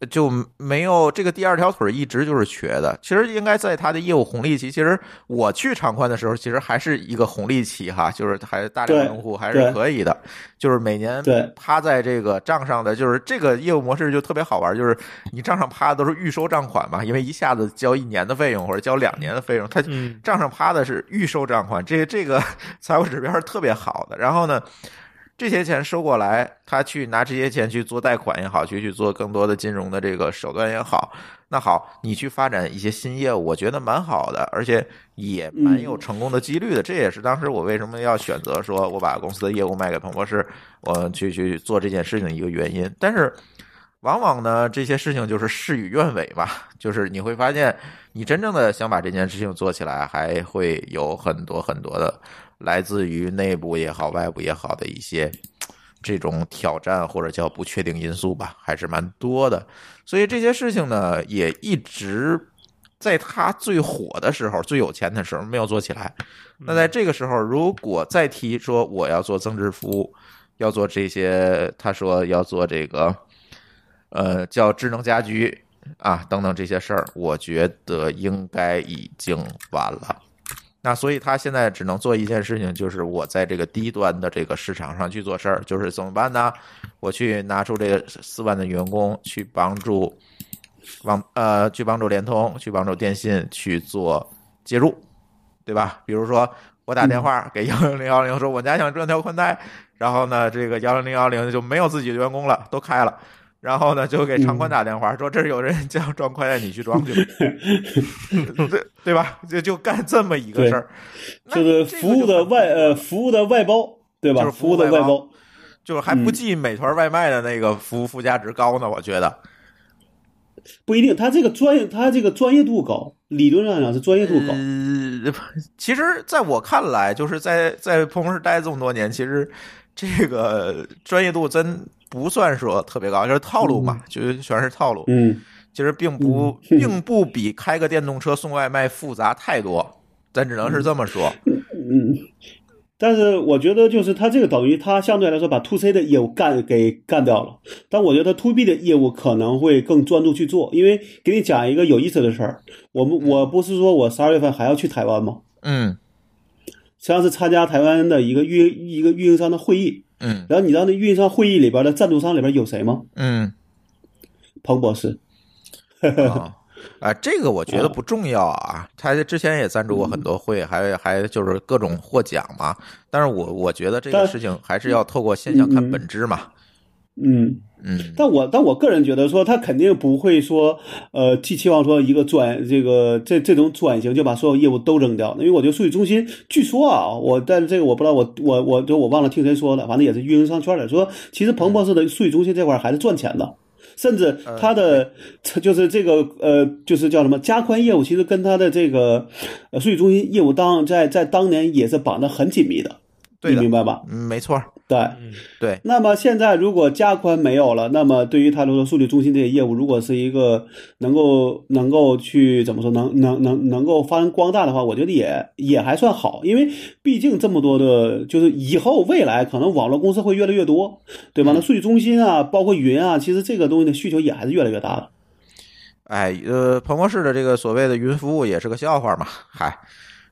呃就没有这个第二条腿一直就是瘸的。其实应该在他的业务红利期，其实我去长宽的时候，其实还是一个红利期哈，就是还大量
对
用户还是
对
可以的，就是每年
对
趴在这个账上的，就是这个业务模式就特别好玩，就是你账上趴的都是预收账款嘛，因为一下子交一年的费用或者交两年的费用，它
嗯
账上趴的是预收账款，这这个财务指标是特别好的。然后呢，这些钱收过来，他去拿这些钱去做贷款也好，去去做更多的金融的这个手段也好，那好，你去发展一些新业务，我觉得蛮好的，而且也蛮有成功的几率的。这也是当时我为什么要选择说我把公司的业务卖给彭博士，我去去做这件事情的一个原因。但是往往呢，这些事情就是事与愿违吧，就是你会发现，你真正的想把这件事情做起来，还会有很多很多的来自于内部也好、外部也好的一些这种挑战或者叫不确定因素吧，还是蛮多的。所以这些事情呢，也一直在他最火的时候、最有钱的时候没有做起来。那在这个时候，如果再提说我要做增值服务，要做这些，他说要做这个，呃，叫智能家居啊等等这些事儿，我觉得应该已经晚了。那所以他现在只能做一件事情，就是我在这个低端的这个市场上去做事儿，就是怎么办呢？我去拿出这个四万的员工去帮助网呃去帮助联通，去帮助电信去做接入，对吧？比如说我打电话给幺零零幺零说我家想装条宽带，然后呢这个幺零零幺零就没有自己的员工了，都开了。然后呢，就给长宽打电话说：“这儿有人 想装宽带，你去装去吧，对对吧？就就干这么一个事儿，那
嗯就是
这个
服务
就
的
很
外呃服务的外包，对吧？
就是服
服
务
务的
外
外
包
包，
就是还
嗯
不计美团外卖的那个服务附加值高呢，我觉得。
不一定，他这个专业他这个专业度高，理论上讲是专业度高。
呃，其实在我看来，就是在在办公室待这么多年，其实这个专业度真不算说特别高，就是套路嘛，就是全是套路。
嗯，
其实并不
嗯
并不比开个电动车送外卖复杂太多，咱只能是这么说。
嗯，但是我觉得就是它这个等于它相对来说把 to C 的业务干给干掉了，但我觉得 to B 的业务可能会更专注去做。因为给你讲一个有意思的事儿，我们我不是说我十二月份还要去台湾吗？
嗯
实际上是参加台湾的一个运一个运营商的会议。
嗯
然后你知道那运营商会议里边的赞助商里边有谁吗？
嗯
彭博士。
啊。 啊，这个我觉得不重要啊。他之前也赞助过很多会，还还就是各种获奖嘛。但是我我觉得这个
但
事情还是要透过现象看本质嘛。
嗯，
嗯
但我但我个人觉得说，他肯定不会说，呃，寄期望说一个转这个这这种转型就把所有业务都扔掉，因为我觉得数据中心，据说啊，我但这个我不知道，我我我就我忘了听谁说的，反正也是运营商圈里说，其实彭博士的数据中心这块还是赚钱的。甚至
呃
它的，它就是这个呃，就是叫什么加宽业务，其实跟它的这个呃数据中心业务当在在当年也是绑得很紧密的，
对
你
的
明白吧？
嗯，没错儿，
对，
嗯
对，
那么现在如果加宽没有了，那么对于他来说，数据中心这些业务，如果是一个能够能够去怎么说，能能能能够发扬光大的话，我觉得也也还算好，因为毕竟这么多的，就是以后未来可能网络公司会越来越多，对吧？那数据中心啊，包括云啊，其实这个东西的需求也还是越来越大的。
哎，呃，彭博士的这个所谓的云服务也是个笑话嘛，嗨。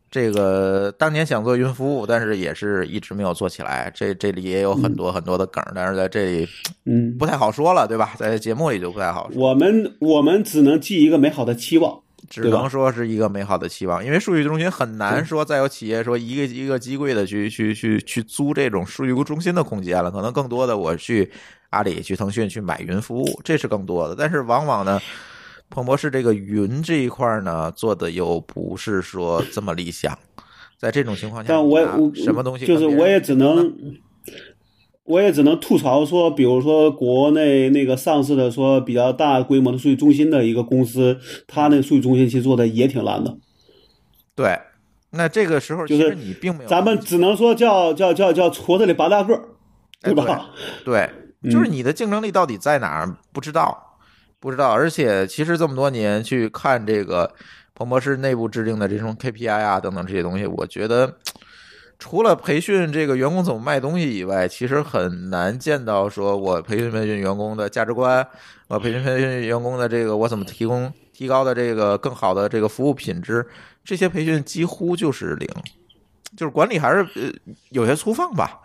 这个当年想做云服务，但是也是一直没有做起来。这这里也有很多很多的梗儿，但是在这里
嗯，
不太好说了，对吧？在节目里就不太好说，
我们我们只能寄一个美好的期望。
只
对吧
能说是一个美好的期望。因为数据中心很难说再有企业说一个一个机柜的去去去去租这种数据中心的空间了，可能更多的我去阿里、去腾讯去买云服务，这是更多的。但是往往呢，彭博士这个云这一块呢做的又不是说这么理想。在这种情况下，
但我也
啊
我
什么东西
就
跟
是
别
我
人
也只能，我也只能吐槽说，比如说国内那个上市的说比较大规模的数据中心的一个公司，它那数据中心其实做的也挺烂的。
对。那这个时候，
就
其
是
实你并没有
咱们只能说叫叫叫叫矬子里拔大个儿，
哎
对吧？
对，就是你的竞争力到底在哪儿？不知道，不知道。而且其实这么多年去看这个彭博士内部制定的这种 KPI 啊等等这些东西，我觉得除了培训这个员工怎么卖东西以外，其实很难见到说我培训培训员工的价值观，我培训培训员工的这个我怎么提供提高的这个更好的这个服务品质，这些培训几乎就是零。就是管理还是呃有些粗放吧，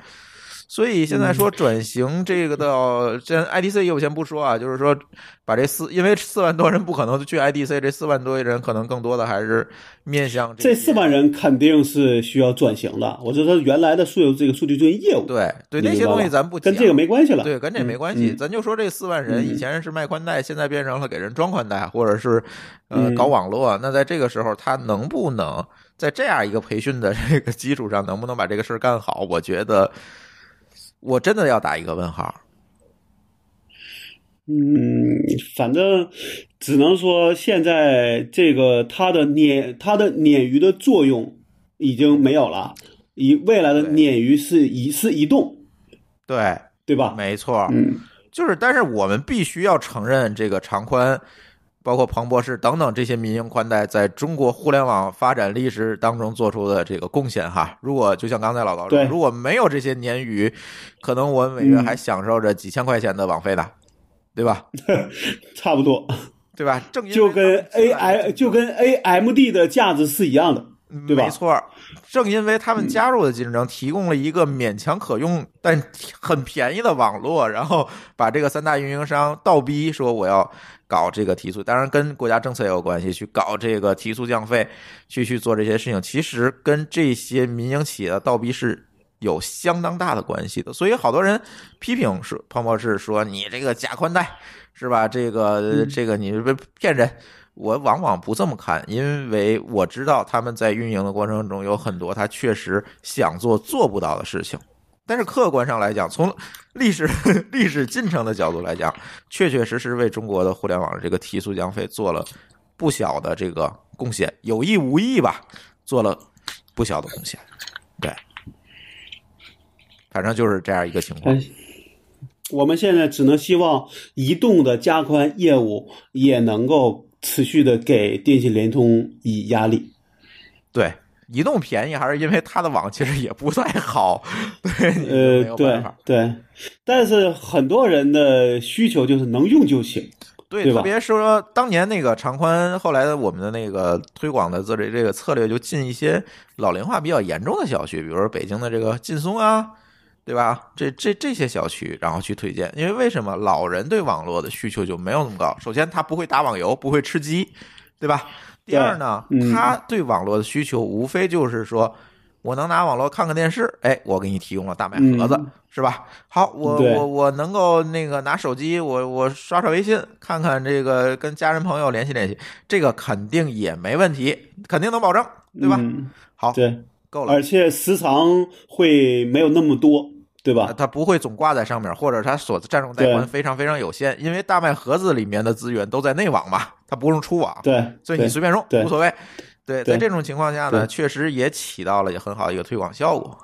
所以现
嗯
在说转型这个的，这 IDC 业务先不说啊，就是说把这四，因为四万多人不可能去 IDC，这四万多人可能更多的还是面向
这
些
四万人肯定是需要转型的。我就说原来的数这个数据中心业务，
对对
你
那些
明白
东西
吧
咱不
跟
讲
这个没关系了。
对，跟这没关
嗯
系，
嗯
咱就说这四万人，以前是卖宽带，现在变成了给人装宽带，或者是呃
嗯
搞网络。那在这个时候，他能不能在这样一个培训的这个基础上，能不能把这个事儿干好？我觉得我真的要打一个问号。
嗯，反正只能说现在这个它的鲶它的鲶鱼的作用已经没有了，以未来的
对
鲶鱼是一是移动，
对，
对吧？
没错，
嗯，
就是，但是我们必须要承认，这个长宽，包括庞博士等等这些民营宽带，在中国互联网发展历史当中做出的这个贡献哈。如果就像刚才老高说，
对嗯
如果没有这些年余，可能我们每月还享受着几千块钱的网费呢，对吧？
差不多，
对吧？正因为
就跟
他们
A I 就跟 A M D 的价值是一样的，对吧
嗯
嗯
没错儿，正因为他们加入了竞争，提供了一个勉强可用但很便宜的网络， 然后把这个三大运营商倒逼说我要搞这个提速，当然跟国家政策也有关系，去搞这个提速降费，去去做这些事情，其实跟这些民营企业的倒逼是。有相当大的关系的，所以好多人批评说彭博士说你这个假宽带是吧？这个这个你是不是骗人，我往往不这么看，因为我知道他们在运营的过程中有很多他确实想做做不到的事情。但是客观上来讲，从历史 历史进程的角度来讲，确确实实为中国的互联网这个提速降费做了不小的这个贡献，有意无意吧，做了不小的贡献。对，反正就是这样一个情况
哎。我们现在只能希望移动的加宽业务也能够持续的给电信联通以压力。
对，移动便宜，还是因为它的网其实也不太好，对，你没
呃，
有
对
办法。
对，但是很多人的需求就是能用就行。
对，
对吧
特别是说当年那个长宽，后来我们的那个推广的这这这个策略，就进一些老龄化比较严重的小区，比如说北京的这个劲松啊，对吧？这这这些小区，然后去推荐，因为为什么老人对网络的需求就没有那么高？首先，他不会打网游，不会吃鸡，对吧？第二呢，
对嗯
他对网络的需求无非就是说。我能拿网络看看电视，哎，我给你提供了大麦盒子，
嗯
是吧？好，我
对
我我能够那个拿手机，我我刷刷微信，看看这个跟家人朋友联系联系，这个肯定也没问题，肯定能保证，对吧？
嗯，
好，
对，
够了
而。且时长会没有那么多，对吧？
呃它不会总挂在上面，或者它所占用带宽
对
非常非常有限，因为大麦盒子里面的资源都在内网嘛，它不用出网，
对，
啊所以你
对
随便用
对
无所谓。对，在
对
这种情况下呢，
对
确实也起到了也很好的一个推广效果。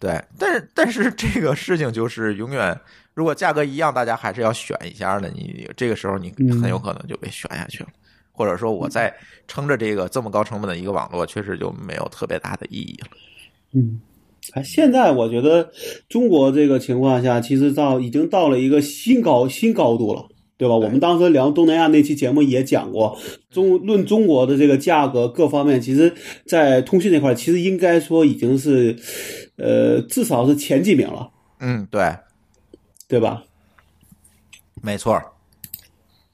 对，但是但 是这个事情就是永远，如果价格一样，大家还是要选一下的。你这个时候你
嗯
很有可能就被选下去了，或者说我再撑着这个这么高成本的一个网络，确实就没有特别大的意义了。
嗯，哎，现在我觉得中国这个情况下，其实到已经到了一个新高新高度了。对吧？我们当时聊东南亚那期节目也讲过，
嗯
中论中国的这个价格各方面，其实，在通讯这块儿，其实应该说已经是，呃，至少是前几名了，
嗯，对，
对吧？
没错儿，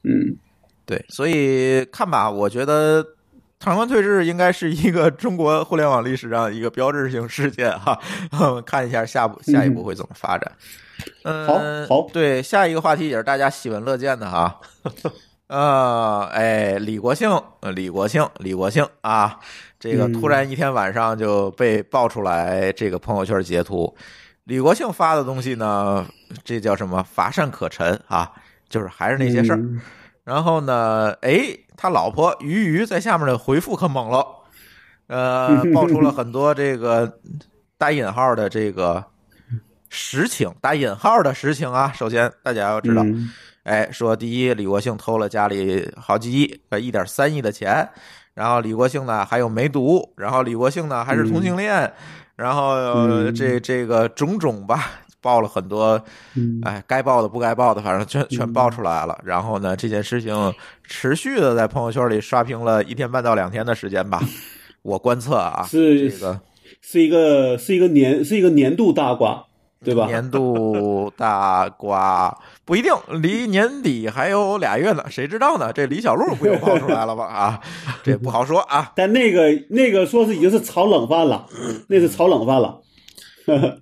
嗯，
对，所以看吧，我觉得长宽退市应该是一个中国互联网历史上一个标志性事件哈、 嗯看一下下步下一步会怎么发展。嗯，
好好
对，下一个话题也是大家喜闻乐见的哈。 呃，哎，李国庆，呃李国庆，李国庆啊，这个
嗯
突然一天晚上就被爆出来这个朋友圈截图，李国庆发的东西呢，这叫什么乏善可陈啊，就是还是那些事儿。
嗯
然后呢，哎，他老婆鱼鱼在下面的回复可猛了， 呃，爆出了很多这个打引号的这个实情，打引号的实情啊。首先，大家要知道，
嗯
哎，说第一，李国庆偷了家里好几亿，呃，一点三亿的钱，然后李国庆呢还有梅毒，然后李国庆呢还是同性恋，然后、呃
嗯
这这个种种吧，爆了很多
嗯
哎，该报的不该报的，反正全全报出来了。然后呢，这件事情持续的在朋友圈里刷屏了一天半到两天的时间 吧。我观测啊，这
是
个
是一个是一个年是一个年度大瓜，对吧？
年度大瓜不一定，离年底还有俩月呢，谁知道呢？这李小璐不又爆出来了吗？啊，这不好说啊。
但那个那个说是已经是炒冷饭了，那是炒冷饭了。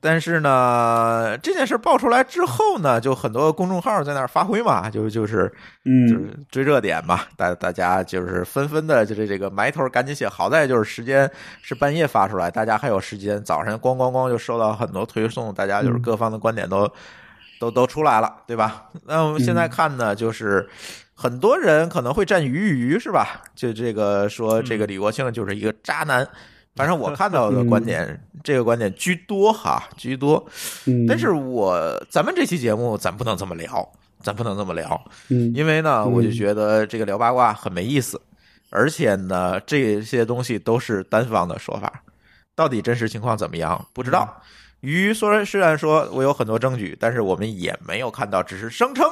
但是呢，这件事爆出来之后呢，就很多公众号在那儿发挥嘛，就就是就
嗯，
是追热点嘛，大大家就是纷纷的，就是这个埋头赶紧写。好在就是时间是半夜发出来，大家还有时间，早上咣咣咣就收到很多推送，大家就是
嗯
各方的观点都、都都出来了，对吧？那我们现在
嗯
看呢，就是很多人可能会站鱼与鱼，是吧？就这个说
嗯
这个李国庆就是一个渣男。反正我看到的观点，这个观点居多哈，居多。
嗯
但是我咱们这期节目，咱不能这么聊，咱不能这么聊。
嗯
因为呢，我就
嗯
觉得这个聊八卦很没意思，而且呢，这些东西都是单方的说法，到底真实情况怎么样不知
嗯
道。鱼虽然虽然说我有很多证据，但是我们也没有看到，只是声称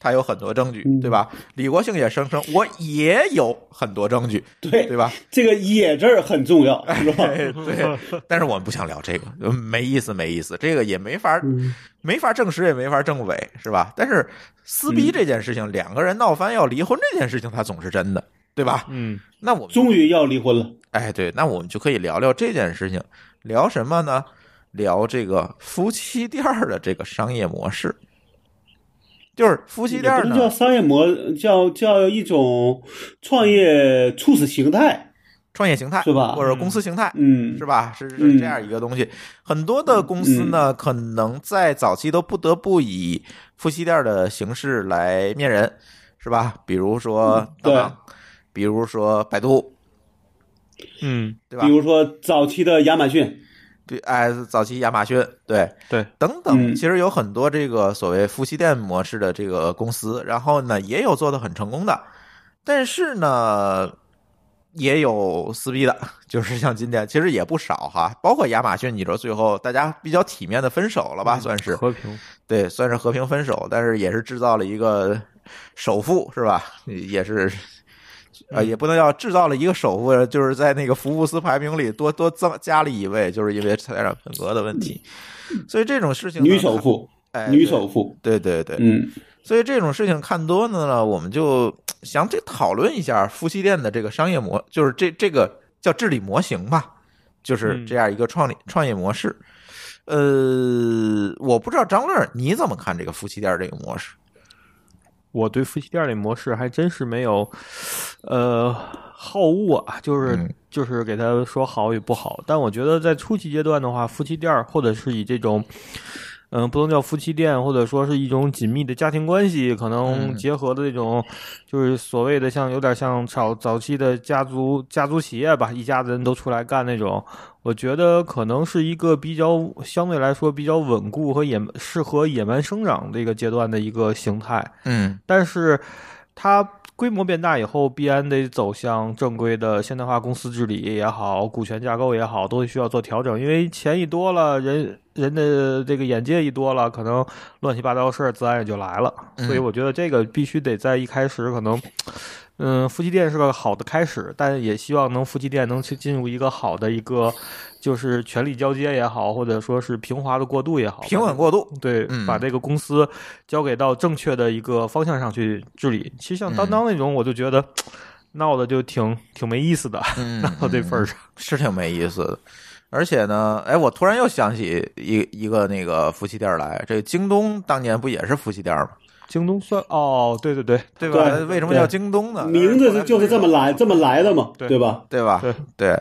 他有很多证据，
嗯
对吧？李国庆也声称我也有很多证据，
对
对吧？
这个“野”字儿很重要，是吧？
对对，但是我们不想聊这个，嗯没意思，没意思，这个也没法
嗯
没法证实，也没法证伪，是吧？但是撕
嗯
逼这件事情，两个人闹翻要离婚这件事情，它总是真的，对吧？
嗯，
那我们
终于要离婚了。
哎，对，那我们就可以聊聊这件事情，聊什么呢？聊这个夫妻店儿的这个商业模式，就是夫妻
也
店儿
不能
呢
叫，商业模，叫叫一种创业促使形态，
创业形态
是吧
或者公司形态，
嗯，
是吧？是是
嗯
这样一个东西。很多的公司呢，可能在早期都不得不以夫妻店的形式来面人，是吧？比如说当
嗯对
当，比如说百度，
嗯，
对吧
比？如说早期的亚马逊，
比哎，早期亚马逊，对，
对，
等等，
嗯
其实有很多这个所谓夫妻店模式的这个公司，然后呢，也有做的很成功的，但是呢，也有撕逼的， 就是像今天其实也不少哈，包括亚马逊，你说最后大家比较体面的分手了吧，算是
和平。
对，算是和平分手，但是也是制造了一个首富是吧？也是。啊、
嗯
呃，也不能叫制造了一个首富，就是在那个福布斯排名里多多增加了一位，就是因为财产份额的问题。所以这种事情呢，
嗯女首富，
哎，
女
对
首富，
对对对，
嗯，
所以这种事情看多了呢，我们就想这讨论一下夫妻店的这个商业模，就是这这个叫治理模型吧，就是
嗯
这样一个创立创业模式。呃，我不知道张乐你怎么看这个夫妻店这个模式？
我对夫妻店里模式还真是没有，呃，好恶啊，就是、
嗯
就是给他说好与不好。但我觉得在初期阶段的话，夫妻店儿或者是以这种，嗯、不能叫夫妻店，或者说是一种紧密的家庭关系，可能
嗯
结合的这种，就是所谓的像有点像早早期的家族家族企业吧，一家子人都出来干那种，我觉得可能是一个比较相对来说比较稳固和野蛮适合野蛮生长的一个阶段的一个形态。
嗯
但是它规模变大以后，必然得走向正规的现代化公司治理也好，股权架构也好，都需要做调整。因为钱一多了，人人的这个眼界一多了，可能乱七八糟的事儿自然也就来了。
嗯
所以我觉得这个必须得在一开始可能。嗯，夫妻店是个好的开始，但也希望能夫妻店能去进入一个好的一个，就是权力交接也好，或者说是平滑的过渡也好，
平稳过渡，
对，
嗯
把这个公司交给到正确的一个方向上去治理。其实
嗯
像当当那种，我就觉得闹的就挺挺没意思的，
嗯，
闹到这份儿上。
是挺没意思的。而且呢，哎，我突然又想起一一个那个夫妻店来，这京东当年不也是夫妻店吗？
京东算哦，对对对，
对吧？
对
为什么叫京东呢？
名字就是这么来这么来的嘛，
对
对吧？
对吧？
对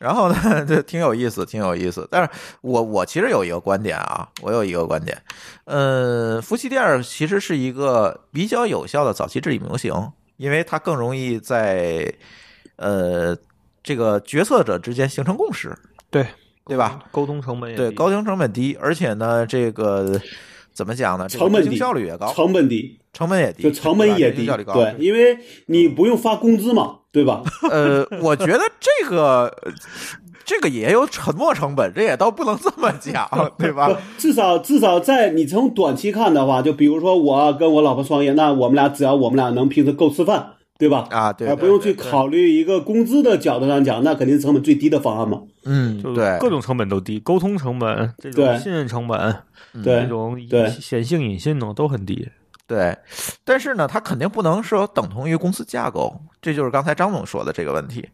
然后呢， 这挺有意思，挺有意思。但是我我其实有一个观点啊，我有一个观点，呃，夫妻店儿其实是一个比较有效的早期治理模型，因为它更容易在呃这个决策者之间形成共识，
对
对吧？？
沟通成本也
对，
低
高。停成本低，而且呢，这个怎么讲呢？这个
成本
执行
低
效率也高，
成本低，
成本也低，
就成本
对吧
也
执
低，
行效率高。
对，因为你不用发工资嘛，对吧？
呃，我觉得这个呃这个也有沉没成本，这也倒不能这么讲，对 吧？
至少至少在你从短期看的话，就比如说我跟我老婆创业，那我们俩只要我们俩能平时够吃饭，对吧？
啊，对，
而
对
不用去，
对
考虑一个工资的角度上讲，那肯定是成本最低的方案嘛。
嗯，
就
对，
各种成本都低，沟通成本、这种
对
信任成本、
嗯
这
对
种
对
显性隐性呢都很低。
对，但是呢，它肯定不能说等同于公司架构，这就是刚才张总说的这个问题。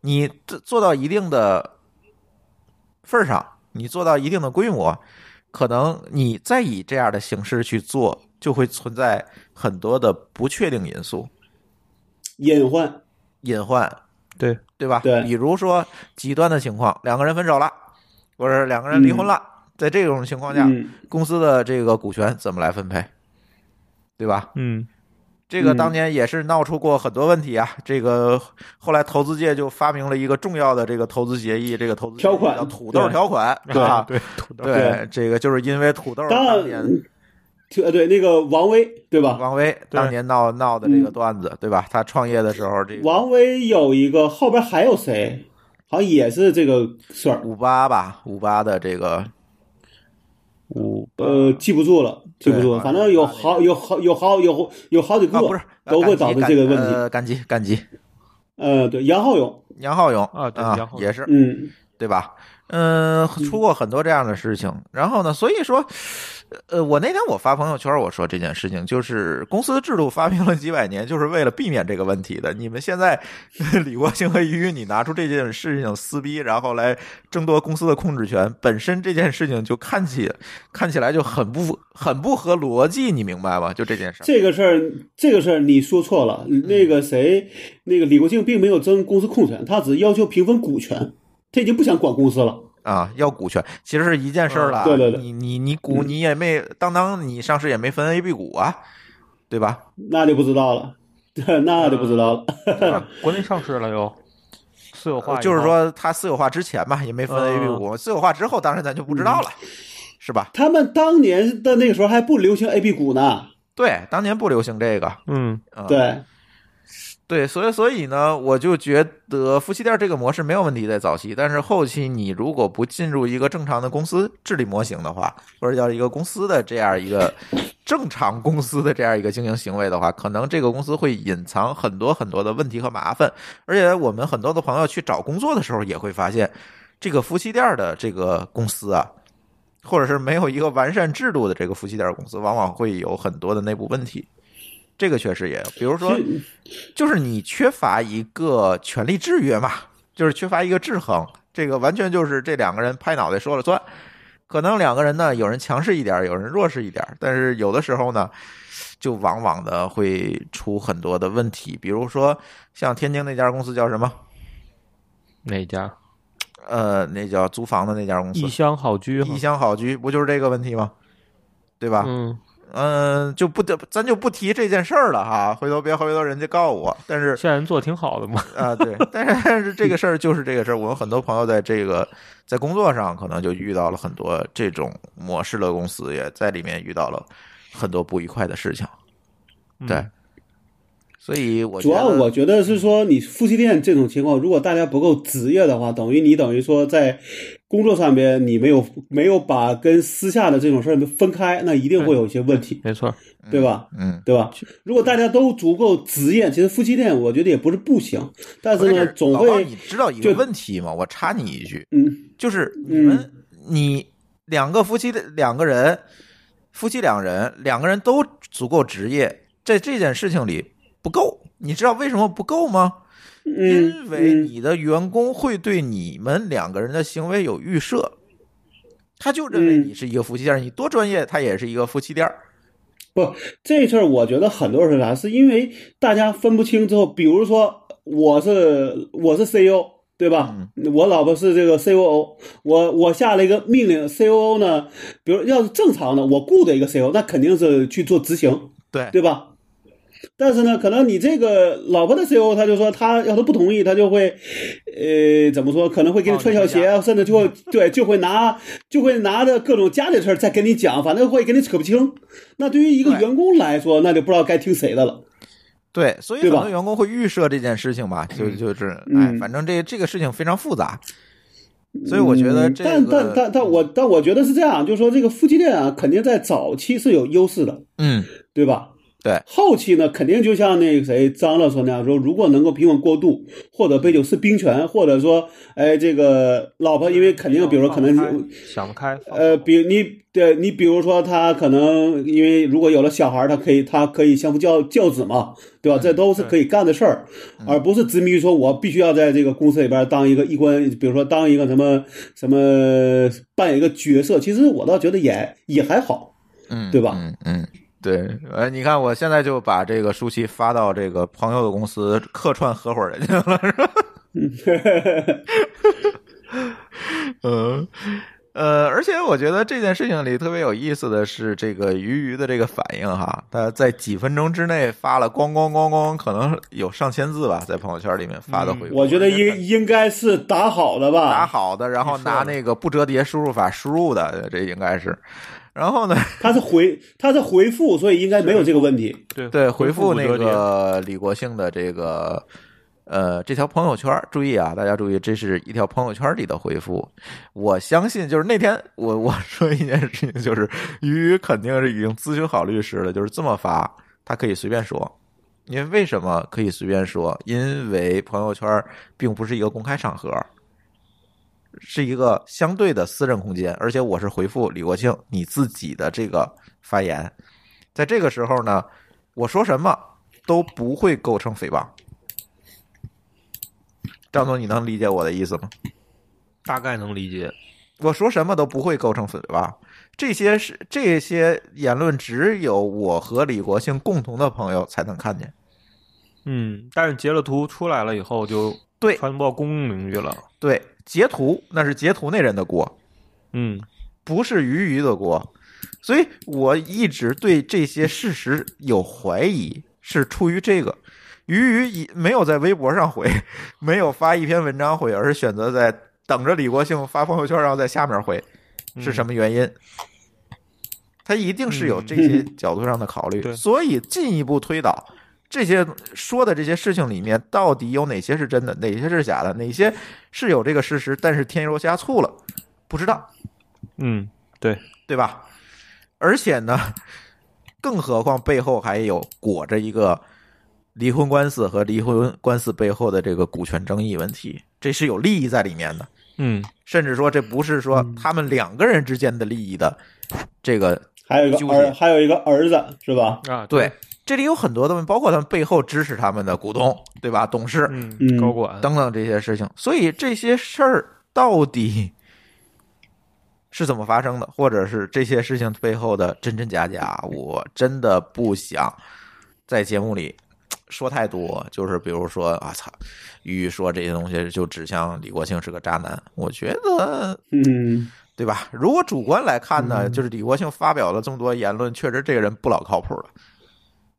你做做到一定的份儿上，你做到一定的规模，可能你再以这样的形式去做，就会存在很多的不确定因素、
隐患，
隐患，
对，
对吧？
对
比如说极端的情况，两个人分手了，或者是两个人离婚了，在这种情况下，
嗯，
公司的这个股权怎么来分配，对吧？
嗯，
这个
嗯
当年也是闹出过很多问题啊。这个后来投资界就发明了一个重要的这个投资协议，这个投资协议
条款
叫土豆条款，
对
啊，
对，土豆
对，
对
这个就是因为土豆
当
当年
然，就呃对那个王威，对吧？
王威当年闹闹的这个段子，对吧？他创业的时候，这个
王威有一个后边还有谁？好像也是这个事儿，
五八吧，五八的这个
五
呃，记不住了，记不住了，
对
反正有好有好有好有有好几个
啊，不是
都会导致这个问题。
呃，赶集赶集，
呃，对，杨浩勇，
杨浩勇
啊对杨浩勇
也是
嗯，
对吧？嗯，出过很多这样的事情。然后呢，所以说，呃，我那天我发朋友圈，我说这件事情就是公司制度发明了几百年，就是为了避免这个问题的。你们现在李国兴和俞你拿出这件事情撕逼，然后来争夺公司的控制权，本身这件事情就看起看起来就很不很不合逻辑，你明白吗？就这件事儿。
这个事儿，这个事儿你说错了。
嗯
那个谁，那个李国庆并没有争公司控权，他只要求平分股权，他已经不想管公司了。
啊，要股权其实是一件事儿了。
嗯对对对嗯
你你你股你也没当当，你上市也没分 A、B 股啊，对吧？
那就不知道了， 那就不知道了。
啊
国内上市了又，私有化，
就是，说它私有化之前嘛，也没分 A、B
嗯
股，私有化之后，当然咱就不知道了，
嗯
是吧？
他们当年的那个时候还不流行 A B 股呢，
对，当年不流行这个，
嗯，
嗯、，
对，
对，所以所以呢，我就觉得夫妻店这个模式没有问题在早期，但是后期你如果不进入一个正常的公司治理模型的话，或者叫一个公司的这样一个正常公司的这样一个经营行为的话，可能这个公司会隐藏很多很多的问题和麻烦。而且我们很多的朋友去找工作的时候，也会发现这个夫妻店的这个公司啊，或者是没有一个完善制度的这个夫妻店公司，往往会有很多的内部问题。这个确实也有，比如说，就是你缺乏一个权力制约嘛，就是缺乏一个制衡。这个完全就是这两个人拍脑袋说了算。可能两个人呢，有人强势一点，有人弱势一点，但是有的时候呢，就往往的会出很多的问题。比如说，像天津那家公司叫什么？
哪家？
呃，那叫租房的那家公司，
异乡好居哈，
异乡好居不就是这个问题吗？对吧？
嗯，
嗯，就不得，咱就不提这件事儿了哈，回头别回头人家告我。但是
现在人做的挺好的嘛，
啊，对，但是但是这个事儿就是这个事儿，我们很多朋友在这个在工作上可能就遇到了很多这种模式的公司，也在里面遇到了很多不愉快的事情。
嗯
对，所以我觉
主
得
要我觉得是说，你夫妻店这种情况，如果大家不够职业的话，等于你等于说在工作上面你没有没有把跟私下的这种事儿分开，那一定会有一些问题，
没错，
对吧？
嗯，
对吧？如果大家都足够职业，其实夫妻店我觉得也不是不行，但是
不
呢，总
老高，你
会
知道一个
就
问题吗？我插你一句，
嗯
就是你们、你两个夫妻的两个人，夫妻两人，两个人都足够职业，在这件事情里不够。你知道为什么不够吗？因
嗯
为
嗯
你的员工会对你们两个人的行为有预设，他就认为
嗯
你是一个夫妻店儿，你多专业，他也是一个夫妻店儿。
不，这事儿我觉得很多人是啥，是因为大家分不清之后，比如说我是我是 CEO 对吧？我老婆是这个 COO，我我下了一个命令，COO 呢，比如要是正常的，我雇的一个 E COO，那肯定是去做执行，
对，
对吧？但是呢，可能你这个老婆的 CEO，他就说他要是不同意，他就会，呃，怎么说？可能会给你
帮你
穿小
回家
鞋啊，甚至就会对，就会拿就会拿着各种家里的事儿再跟你讲，反正会跟你扯不清。那对于一个
对
员工来说，那就不知道该听谁的了。
对，所以很
对吧
多员工会预设这件事情吧，就就是哎，
嗯
反正这这个事情非常复杂，所以我觉得
嗯
这
但但
个
但但我但我觉得是这样，就是说这个夫妻店啊，肯定在早期是有优势的，
嗯，
对吧？
对，
后期呢，肯定就像那个谁张乐说那样说，如果能够平稳过渡，或者杯酒释兵权，或者说，哎，这个老婆因为肯定，比如说可能
想不开，
呃，比你对你比如说他可能因为如果有了小孩儿，他可以他可以相夫教教子嘛，对吧？这都是可以干的事儿，而不是执迷于说我必须要在这个公司里边儿当一个一官，比如说当一个什么什么扮演一个角色。其实我倒觉得也也还好，
嗯，
对吧
嗯嗯，对，呃，你看我现在就把这个书期发到这个朋友的公司客串合伙人去了，是吧？ 嗯。呃，而且我觉得这件事情里特别有意思的是，这个鱼鱼的这个反应哈，他在几分钟之内发了咣咣咣咣，可能有上千字吧，在朋友圈里面发的回复。
嗯我觉得
因为。
应应该是打好的吧，
打好的，然后拿那个不折叠输入法输入的，这应该是。然后呢，
他是回他是回复，所以应该没有这个问题。
对
对，回复
不啊
那
折叠
个李国庆的这个呃这条朋友圈儿，注意啊，大家注意，这是一条朋友圈里的回复。我相信，就是那天我我说一件事情，就是鱼鱼肯定是已经咨询好律师了，就是这么发，他可以随便说。因为为什么可以随便说？因为朋友圈儿并不是一个公开场合，是一个相对的私人空间，而且我是回复李国庆你自己的这个发言，在这个时候呢，我说什么都不会构成诽谤。张总，你能理解我的意思吗？
大概能理解，
我说什么都不会构成诽谤，这些是这些言论只有我和李国庆共同的朋友才能看见。
嗯，但是截了图出来了以后就
对
传播公共领域了，
对，截图那是截图那人的锅，
嗯，
不是鱼鱼的锅，所以我一直对这些事实有怀疑，是出于这个。鱼鱼以没有在微博上回， 没有发一篇文章回，而是选择在等着李国庆发朋友圈，然后在下面回，是什么原因？他一定是有这些角度上的考虑，
对
所以进一步推导，这些说的这些事情里面，到底有哪些是真的，哪些是假的，哪些是有这个事实，但是添油加醋了，不知道，
嗯，
对吧？而且呢， 更何况背后还有裹着一个离婚官司和离婚官司背后的这个股权争议问题，这是有利益在里面的，
嗯，
甚至说这不是说他们两个人之间的利益的这个
还有一个
纠结
儿，还有一个儿子是吧？
啊，
对，这里有很多的问题，包括他们背后支持他们的股东，对吧？董事
嗯，
嗯
高管，
等等这些事情，所以这些事儿到底是怎么发生的，或者是这些事情背后的真真假假，我真的不想在节目里说太多。就是比如说啊，操，于说这些东西就指向李国庆是个渣男，我觉得
嗯，
对吧？如果主观来看呢，就是李国庆发表了这么多言论，确实这个人不老靠谱了。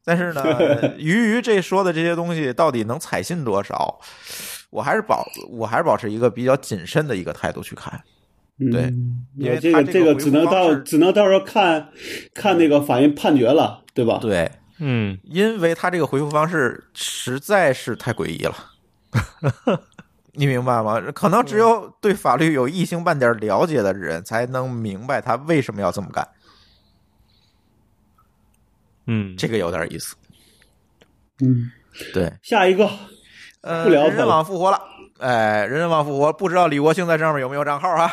但是呢， 鱼鱼这说的这些东西到底能采信多少，我还是保我还是保持一个比较谨慎的一个态度去看。
嗯
对，因为
那这
他
个
这个回
这个
复
只能
方
到
式
只能到时候看看那个法院判决了，对吧？
对，
嗯，
因为他这个回复方式实在是太诡异了， 你明白吗？可能只有对法律有一星半点了解的人才能明白他为什么要这么干，
嗯，
这个有点意思。
嗯，
对，
下一个，
呃，
不聊
人
他
人
了
网复活了，哎，人人网复活，不知道李国庆在上面有没有账号啊？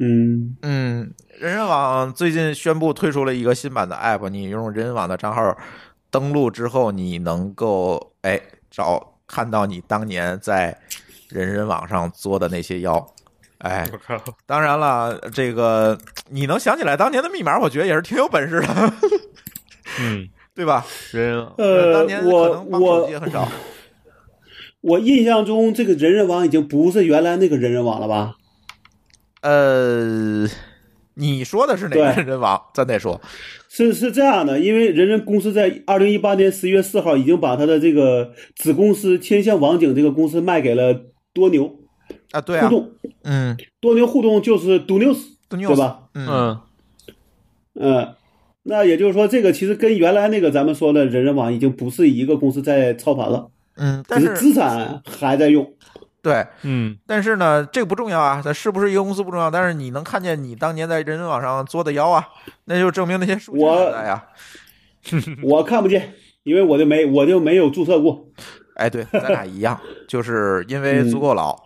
嗯
嗯， 人人网最近宣布推出了一个新版的 app，你用人人网的账号登录之后，你能够哎找看到你当年在人人网上做的那些妖，哎，
我靠，
当然了，这个你能想起来当年的密码，我觉得也是挺有本事的，
嗯，
对吧？
人，
呃
当年，可
我
能帮手机啊也
我
很少，
我印象中这个人人网已经不是原来那个人人网了吧？
呃。你说的是哪个
对
人人网？咱得说，
是是这样的，因为人人公司在二零一八年十一月四号已经把它的这个子公司天象网景这个公司卖给了多牛互
啊，对啊，
动，
嗯，
多牛互动就是多 news，
对
对吧？？
嗯，
嗯，
嗯，那也就是说，这个其实跟原来那个咱们说的人人网已经不是一个公司在操盘了，
嗯，但
只是
是
资产还在用。
对，
嗯，
但是呢，这个不重要啊，它是不是一个公司不重要，但是你能看见你当年在人人网上作的妖啊，那就证明那些数据
我
还在呀。
我看不见，因为我就没我就没有注册过。
哎，对，咱俩一 样，就是因为
嗯
足够老，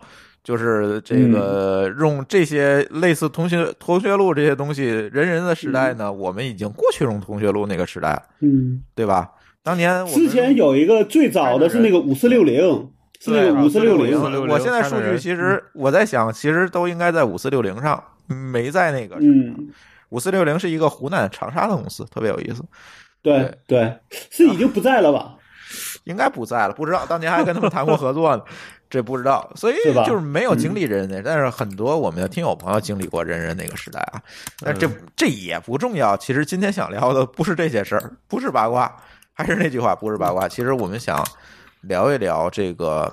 就是这个用这些类似同学同学录这些东西，人人的时代呢，我们已经过去用同学录那个时代了，
嗯，
对吧？当年我们
之前有一个最早的是那个五四六零，是那
对
个五四六零
5460。
我现在数据
嗯
其实我在想，其实都应该在五四六零上，没在那个
嗯，
五四六零是一个湖南长沙的公司，特别有意思，
对对，是已经不在了吧？
应该不在了，不知道当年还跟他们谈过合作呢，这不知道，所以
是吧
就是没有经历人人那，但是很多我们的听友朋友经历过人人那个时代啊，但这这也不重要。其实今天想聊的不是这些事儿，不是八卦，还是那句话，不是八卦。其实我们想聊一聊这个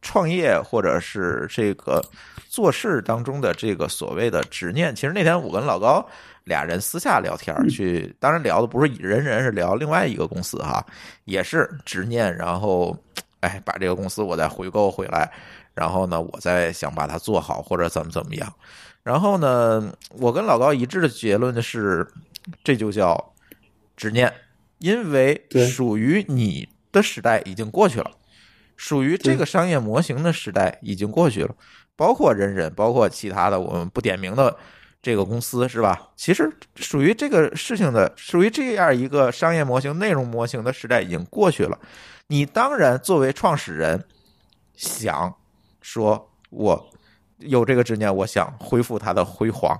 创业或者是这个做事当中的这个所谓的执念。其实那天我跟老高俩人私下聊天儿去，当然聊的不是人人，是聊另外一个公司哈，也是执念，然后哎，把这个公司我再回购回来，然后呢，我再想把它做好或者怎么怎么样。然后呢，我跟老高一致的结论是，这就叫执念，因为
对
属于你的时代已经过去了，属于这个商业模型的时代已经过去了，包括人人，包括其他的我们不点名的这个公司是吧？其实属于这个事情的，属于这样一个商业模型、内容模型的时代已经过去了。你当然作为创始人，想说我有这个执念，我想恢复它的辉煌，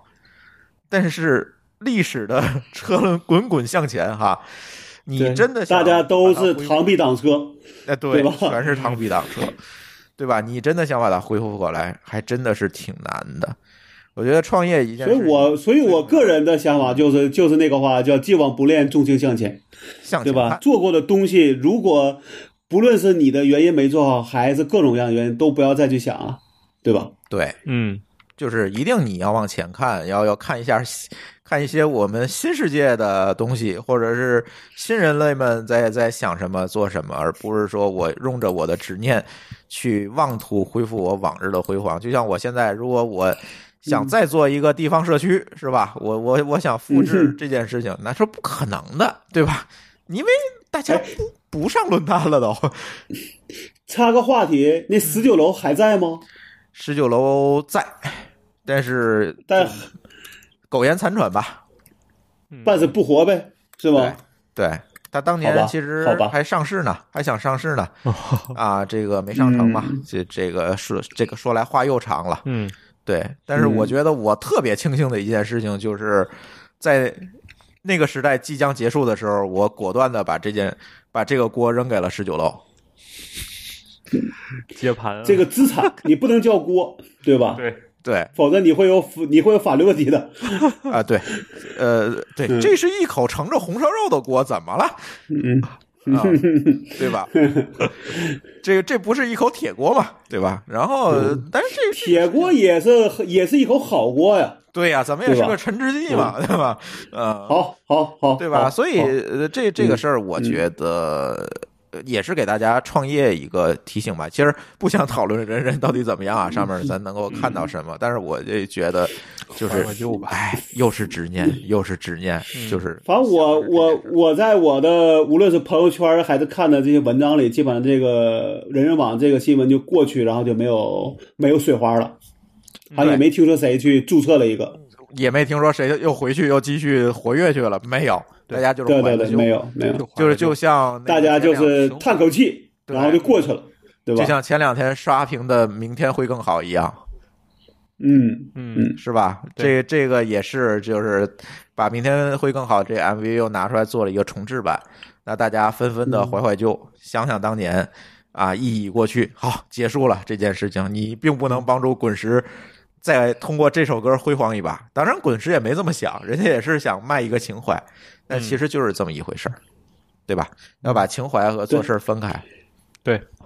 但是历史的 车轮滚滚向前哈， 你
对
真的想
大家都
把它
是
恢复
螳臂挡车。
哎，对，
对吧
全是螳臂挡车，对吧？你真的想把它恢复过来，还真的是挺难的。我觉得创业一件
所
事
以
情，
我所以我个人的想法就是就是那个话叫既往不恋，纵情向前。
向
对
前
吧
看？，
做过的东西，如果不论是你的原因没做好，还是各种各样的原因，都不要再去想了，对吧？
对，
嗯，
就是一定你要往前看，要要看一下西看一些我们新世界的东西，或者是新人类们在在想什么、做什么，而不是说我用着我的执念去妄图恢复我往日的辉煌。就像我现在，如果我想再做一个地方社区，是吧？我我我想复制
嗯嗯
这件事情，那是不可能的，对吧？因为大
哎
家不不上论坛了都。
插个话题，那十九楼还在吗？
十九楼在，但是
但
苟延残喘吧。
半死不活呗，是吗？
对他当
好
年
吧
其实
好吧哦
还上市呢，还想上市呢，啊，这个没上成嘛。
嗯
这这个说这个说来话又长了。
嗯，
对，但是我
嗯
觉得我特别庆幸的一件事情就是，在那个时代即将结束的时候，我果断的把这件把这个锅扔给了十九楼。
接盘
这个资产你不能叫锅，对吧？
对，
嗯对，
否则你会有你会有法律问题的。
啊，对，呃，对，这是一口盛着红烧肉的锅，怎么了？
嗯，
啊，对 吧？这个这不是一口铁锅嘛，对吧？然后，但是这是
铁锅也是也是一口好锅呀。
对呀、咱们也是
对哦
个
吧
陈之地嘛，对吧？呃，
好，好，好，
对吧？
好
所以
好
呃这这个
嗯
事儿，我觉得。呃也是给大家创业一个提醒吧。其实不想讨论人人到底怎么样啊，上面咱能够
嗯
看到什么，但是我就觉得就是
怀旧吧
哎，又是执 念，又是执念，
嗯
就是
反正我我我在我的无论是朋友圈还是看的这些文章里，基本上这个人人网这个新闻就过去，然后就没有没有水花了，
嗯
好像也没听说谁去注册了一个，
也没听说谁又回去又继续活跃去了，没有，大家就是怀
对对
着
对，
就
没有没有，
就是就像那
大
个
家就
前两
是叹口气，
对
然后就过去了，对
就
吧？
像前两天刷屏的“明天会更好”一样，
嗯，
嗯
是吧？这
对
这个也是，就是把“明天会更好”这 MV 又拿出来做了一个重制版，那大家纷纷
嗯
的怀怀旧，想想当年啊，意已过去，好结束了这件事情，你并不
嗯
能帮助滚石。再通过这首歌辉煌一把，当然滚石也没这么想，人家也是想卖一个情怀，
嗯
但其实就是这么一回事儿，对吧？要把情怀和做事儿分开。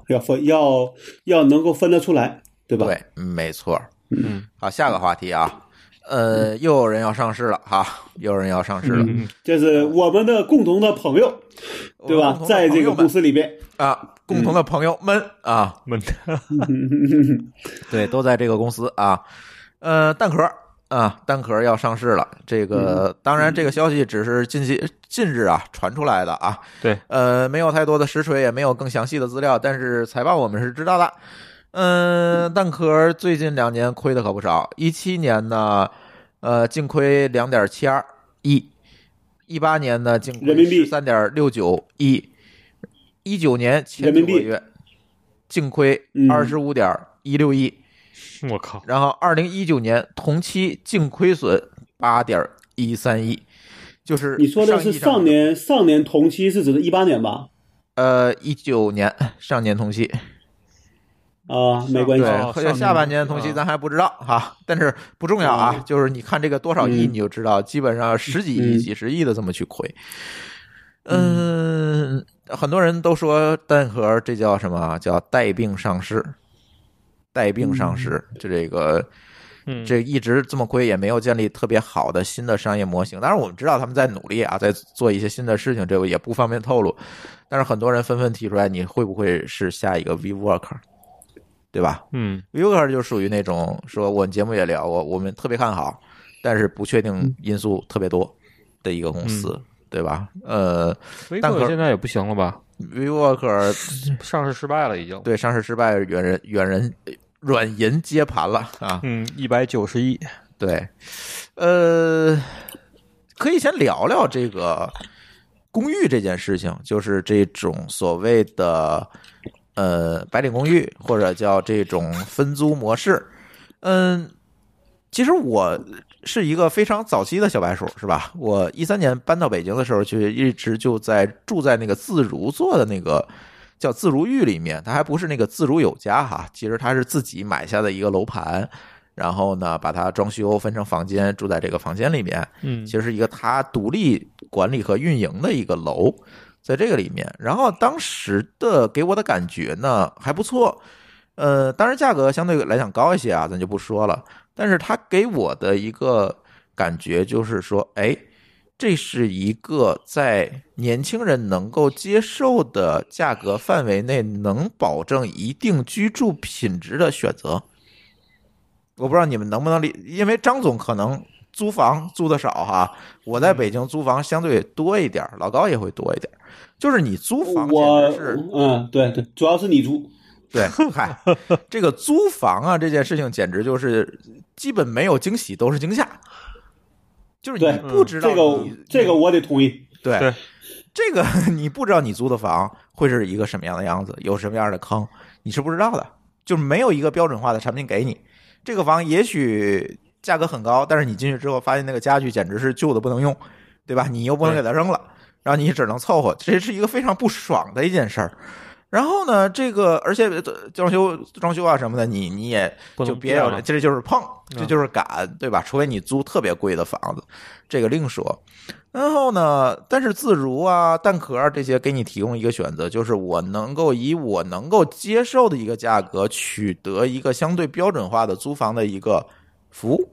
要分要要能够分得出来，对吧？
对，没错。
嗯，
好，下个话题啊，
嗯
呃，又有人要上市了哈，又有人要上市了，
嗯
这是我们的共同的朋友，对
我
吧
们共同？的
在这
朋
个
友
公
们
司里边，
啊，共同的朋友们啊，
嗯，
对，都在这个公司啊，呃，蛋壳。啊，蛋壳要上市了。这
嗯
个当然，这个消息只是近期近日啊传出来的啊，
对，
呃，没有太多的实锤，也没有更详细的资料，但是财报我们是知道的。嗯、蛋壳最近两年亏的可不少，一七年呢，呃，净亏两点七二亿，一八年呢净亏
人民币
三点六九亿，一九年前
人民
九
币
个月净亏
嗯
二十五点一六亿，
我靠，
然后二零一九年同期净亏损八点一三亿，就是
你说的
上
是
亿上
上年上年同期是指的一八年吧？
呃，一九年上年同期，
啊，没关系，
对，
哦
和
上年
下半
同
年
期
同期
啊
咱还不知道哈，但是不重要啊， 就是你看这个多少亿，
嗯
你就知道，基本上十几亿、
嗯
几十亿的这么去亏。嗯，很多人都说蛋壳这叫什么啊？叫带病上市，带病上市，就这个
嗯，
这一直这么亏，也没有建立特别好的新的商业模型。当然，我们知道他们在努力啊，在做一些新的事情，这个也不方便透露。但是很多人纷纷提出来，你会不会是下一个 WeWork，对吧
嗯
？WeWork 就属于那种说我们节目也聊过，我们特别看好，但是不确定因素特别多的一个公司，对吧？呃
微
蛋壳
客现在也不行了吧？
，WeWork
上市失败了已经。
对上市失败，远人远人呃软银接盘了啊。
嗯，一百九十亿。
对，呃，可以先聊聊这个公寓这件事情，就是这种所谓的呃白领公寓，或者叫这种分租模式。嗯，其实我是一个非常早期的小白鼠，是吧？我一三年搬到北京的时候，就一直就在住在那个自如做的那个。叫自如寓里面，它还不是那个自如有家哈，其实它是自己买下的一个楼盘，然后呢，把它装修分成房间，住在这个房间里面，
嗯
其实是一个它独立管理和运营的一个楼，在这个里面。然后当时的给我的感觉呢还不错，呃，当然价格相对来讲高一些啊，咱就不说了。但是它给我的一个感觉就是说，哎，这是一个在年轻人能够接受的价格范围内，能保证一定居住品质的选择。我不知道你们能不能理，因为张总可能租房租的少哈，我在北京租房相对多一点，老高也会多一点，就是你租房
我
简直是
嗯，对对，主要是你租，
对，嗨，这个租房啊，这件事情简直就是基本没有惊喜，都是惊吓。就是
对
你不知道
这个
你
这个我得同意。
对
对
这个 你不知道你租的房会是一个什么样的样子，有什么样的坑，你是不知道的，就没有一个标准化的产品给你。这个房也许价格很高，但是你进去之后发现那个家具简直是旧的不能用，对吧？你又不能给它扔了，然后你只能凑合，这是一个非常不爽的一件事儿。然后呢，这个而且呃装修装修啊什么的，你你也
不
就
能
别有
这样
这就是碰，
嗯
这就是赶，对吧？除非你租特别贵的房子，这个另说。然后呢，但是自如啊、蛋壳啊这些给你提供一个选择，就是我能够以我能够接受的一个价格，取得一个相对标准化的租房的一个服务，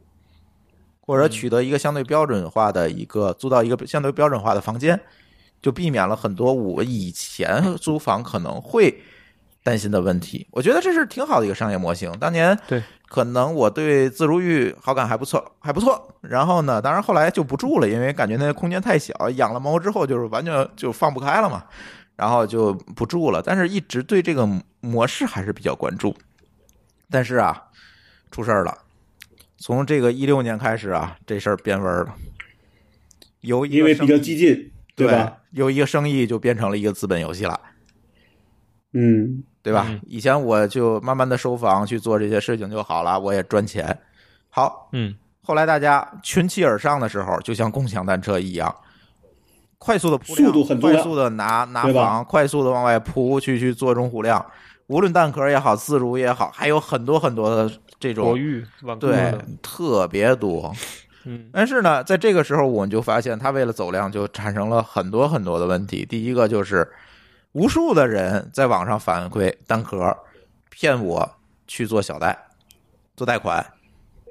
或
嗯
者取得一个相对标准化的一个租到一个相对标准化的房间，就避免了很多我以前租房可能会担心的问题。我觉得这是挺好的一个商业模型。当年
对，
可能我对自如玉好感还不错，还不错。然后呢，当然后来就不住了，因为感觉那个空间太小，养了猫之后就是完全就放不开了嘛，然后就不住了。但是一直对这个模式还是比较关注。但是啊，出事儿了。从这个一六年开始啊，这事儿变味儿了。由一个
因为
生
比较激进，对吧？？
由一个生意就变成了一个资本游戏了，
嗯，
对吧？
嗯
以前我就慢慢的收房去做这些事情就好了，我也赚钱。好，
嗯，
后来大家群起而上的时候，就像共享单车一样，快速的铺量，
速度很重
快
要
速的拿拿
对吧
房，快速的往外铺去去做中虎量。无论蛋壳也好，自如也好，还有很多很多的这
国
种，
誉网购
对
的，
特别多。
嗯
但是呢，在这个时候，我们就发现他为了走量，就产生了很多很多的问题。第一个就是，无数的人在网上反馈单壳骗我去做小贷、做贷款，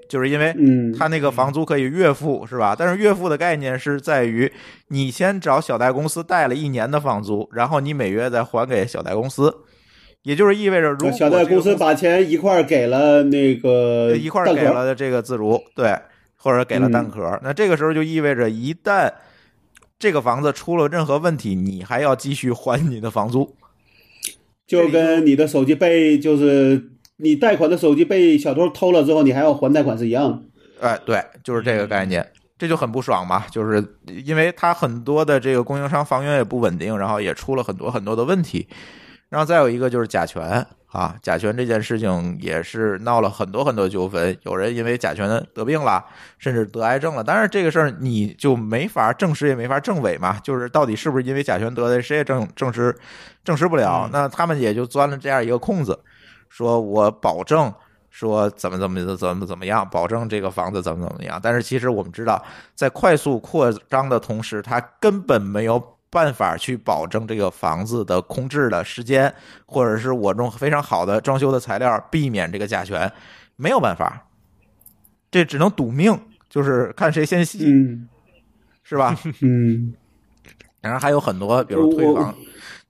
就是因为
嗯
他那个房租可以月付，是吧？但是月付的概念是在于你先找小贷公司贷了一年的房租，然后你每月再还给小贷公司，也就是意味着如果
小贷
这个
公司把钱一块儿给了那个
一块儿
呃蛋
给
壳，嗯
了这个自如，对，或者给了蛋壳。那这个时候就意味着，一旦这个房子出了任何问题，你还要继续还你的房租。
就跟你的手机被就是你贷款的手机被小偷偷了之后，你还要还贷款是一样的。
哎，对，就是这个概念，这就很不爽嘛。就是因为它很多的这个供应商房源也不稳定，然后也出了很多很多的问题。然后再有一个就是甲醛啊，甲醛这件事情也是闹了很多很多纠纷，有人因为甲醛得病了，甚至得癌症了。当然这个事儿你就没法证实，也没法证伪嘛，就是到底是不是因为甲醛得的，谁也证证实证实不了
嗯。
那他们也就钻了这样一个空子，说我保证。说怎么怎么怎么怎么样，保证这个房子怎么怎么样。但是其实我们知道，在快速扩张的同时，它根本没有办法去保证这个房子的空置的时间，或者是我用非常好的装修的材料避免这个甲醛，没有办法，这只能赌命，就是看谁先吸，
嗯
是吧？
嗯，
然后还有很多，比如退房、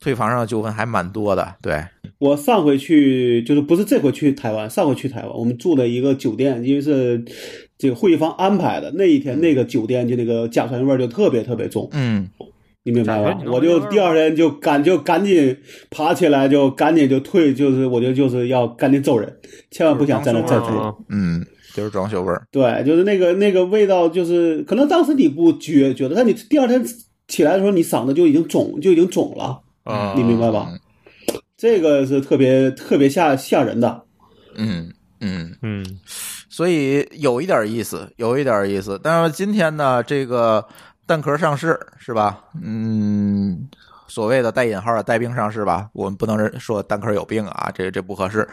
退房上的纠纷还蛮多的，对，
我上回去就是不是这回去台湾，上回去台湾，我们住的一个酒店，因为是这个会议方安排的，那一天那个酒店就那个甲醛味儿就特别特别重，
嗯，
你明白
甲
吧
醛？你能
我
闻
就
到味儿
第二天就赶就赶紧爬起来，就赶紧就退，就是我就就是要赶紧走人，千万不想在那
就是
再
装
住。
嗯，
嗯，就是装修味儿，
对，就是那个那个味道，就是可能当时你不觉觉得，但你第二天起来的时候，你嗓子就已经肿，就已经肿了，
啊
你明白吧？这个是特别特别吓吓人的。
嗯嗯。
嗯，
所以有一点意思，有一点意思。但是今天呢，这个蛋壳上市是吧？嗯，所谓的带引号的带病上市吧，我们不能说蛋壳有病啊，这这不合适。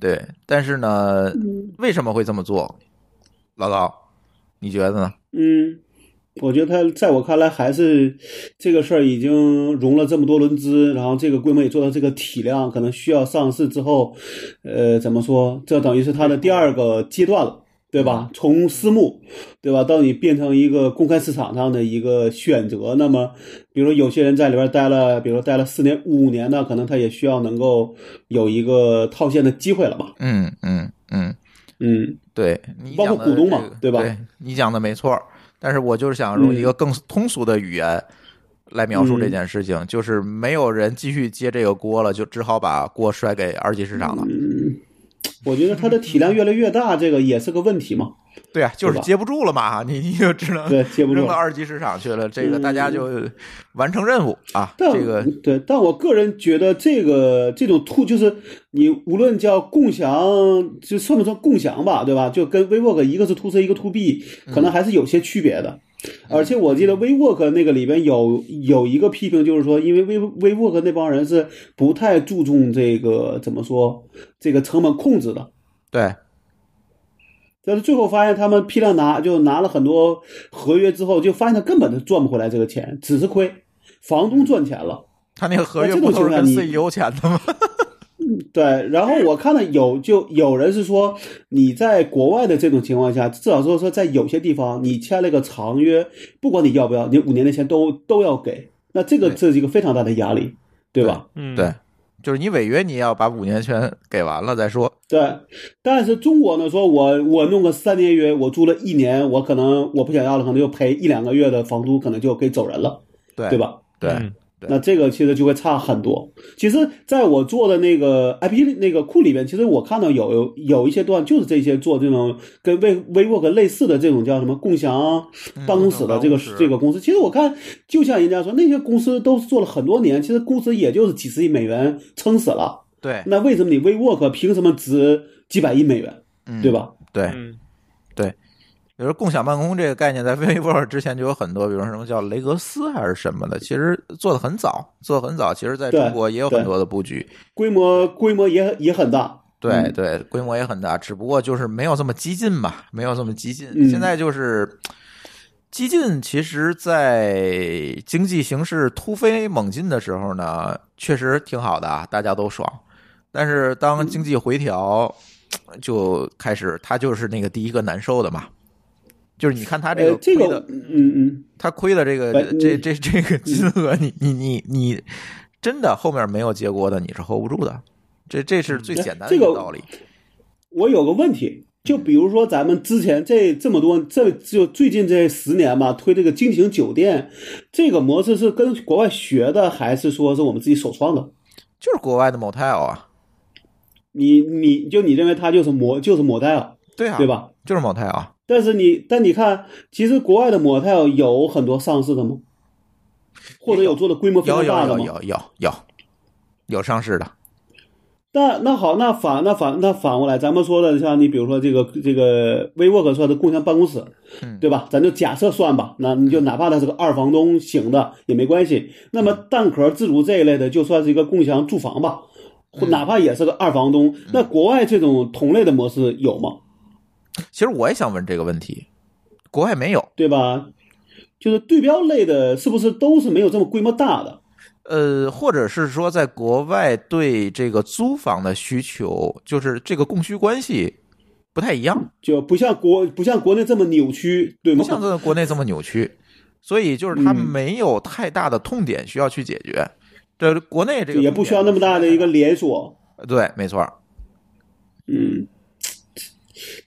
对，但是呢，
嗯
为什么会这么做？老高，你觉得呢？
嗯，我觉得他在我看来还是这个事儿已经融了这么多轮资，然后这个规模也做到这个体量，可能需要上市之后，呃，怎么说？这等于是它的第二个阶段了。对吧？从私募，对吧，到你变成一个公开市场上的一个选择，那么，比如有些人在里边待了，比如待了四年、五年呢，可能他也需要能够有一个套现的机会了嘛。
嗯嗯嗯，
嗯，
对，你
包括
讲的
股东嘛
这个对
对吧嗯
你讲的没错儿，但是我就是想用一个更通俗的语言来描述这件事情，就是没有人继续接这个锅了，就只好把锅甩给二级市场
嗯
了。
我觉得它的体量越来越大，这个也是个问题嘛。
对啊，就是
对吧
接不住了嘛，你你就 只能
对，接不住
扔到
了。嗯
二级市场去了，这个大家就完成任务啊，
但
这个
对，但我个人觉得这个这种突就是你无论叫共享，就算不算共享吧，对吧？就跟 WeWork 一个是 to C，一个 to B，可
嗯
能还是有些区别的。而且我记得 WeWork 那个里边有有一个批评，就是说，因为 We WeWork 那帮人是不太注重这个怎么说这个成本控制的，
对，
但是最后发现他们批量拿，就拿了很多合约之后，就发现他根本就赚不回来这个钱，只是亏，房东赚钱了。
他那个合约
那这
不
种
都是跟
情况你
CEO 签的吗？
对，然后我看到有就有人是说，你在国外的这种情况下，至少说说在有些地方，你签了一个长约，不管你要不要，你五年的钱都都要给，那这个
对
这是一个非常大的压力，对吧？
嗯，
对，就是你违约，你也要把五年全给完了再说。
对，但是中国呢，说我我弄个三年约，我租了一年，我可能我不想要了，可能就赔一两个月的房租，可能就可以走人了，
对
对吧？
对，
嗯
对
那这个其实就会差很多。其实，在我做的那个 IP 里那个库里边，其实我看到有有有一些段，就是这些做这种跟 We WeWork 类似的这种叫什么共享
嗯
办公室的这个、
办公室
这个公司。其实我看，就像人家说，那些公司都是做了很多年，其实估值也就是几十亿美元撑死了。
对，
那为什么你 WeWork 凭什么值几百亿美元，
嗯
对？吧？
对，
嗯
比如说共享办公这个概念，在 WeWork 之前就有很多，比如说什么叫雷格斯还是什么的，其实做的很早，做的很早。其实在
对
中国也有
对
很多的布局，
规模规模也也很大。
对
嗯
对，规模也很大，只不过就是没有这么激进嘛，没有这么激进。
嗯
现在就是激进，其实在经济形势突飞猛进的时候呢，确实挺好的啊，大家都爽。但是
嗯
当经济回调，就开始，他就是那个第一个难受的嘛。就是你看他这
呃
个，
这
亏
个
的，，
嗯嗯，
他亏的这个
呃
这这这个金额，你你你你真的后面没有结果的，你是 hold 不住的。这这是最简单的一
嗯这
个
个
道理。
我有个问题，就
嗯
比如说咱们之前这这么多，这就最近这十年吧，推这个精品酒店这个模式是跟国外学的，还是说是我们自己首创的？
就是国外的 motel 啊，
你你就你认为它就是模就是模带啊，
对啊，
对？吧？
就是 motel 啊，
但是你但你看，其实国外的模特有很多上市的吗？或者有做的规模非
有
常大
有
的
有
吗？
有有有有上市的，
那那好，那反那反那反过来，咱们说的像你比如说这个这个 WeWork 说的共享办公室，
嗯
对吧？咱就假设算吧，那你就哪怕它是个二房东型的也没关系。那
嗯
么蛋壳自如这一类的，就算是一个共享住房吧，
嗯
或哪怕也是个二房东。那国外这种同类的模式有吗？
其实我也想问这个问题，国外没有，
对吧？就是对标类的，是不是都是没有这么规模大的？
呃，或者是说在国外对这个租房的需求，就是这个供需关系不太一样，
就不像国不像国内这么扭曲，对
不
吗？
像在国内这么扭曲，所以就是它
嗯
没有太大的痛点需要去解决。这国内这个
也
痛
不
点
需要那么大的一个连锁。
对，没错，
嗯，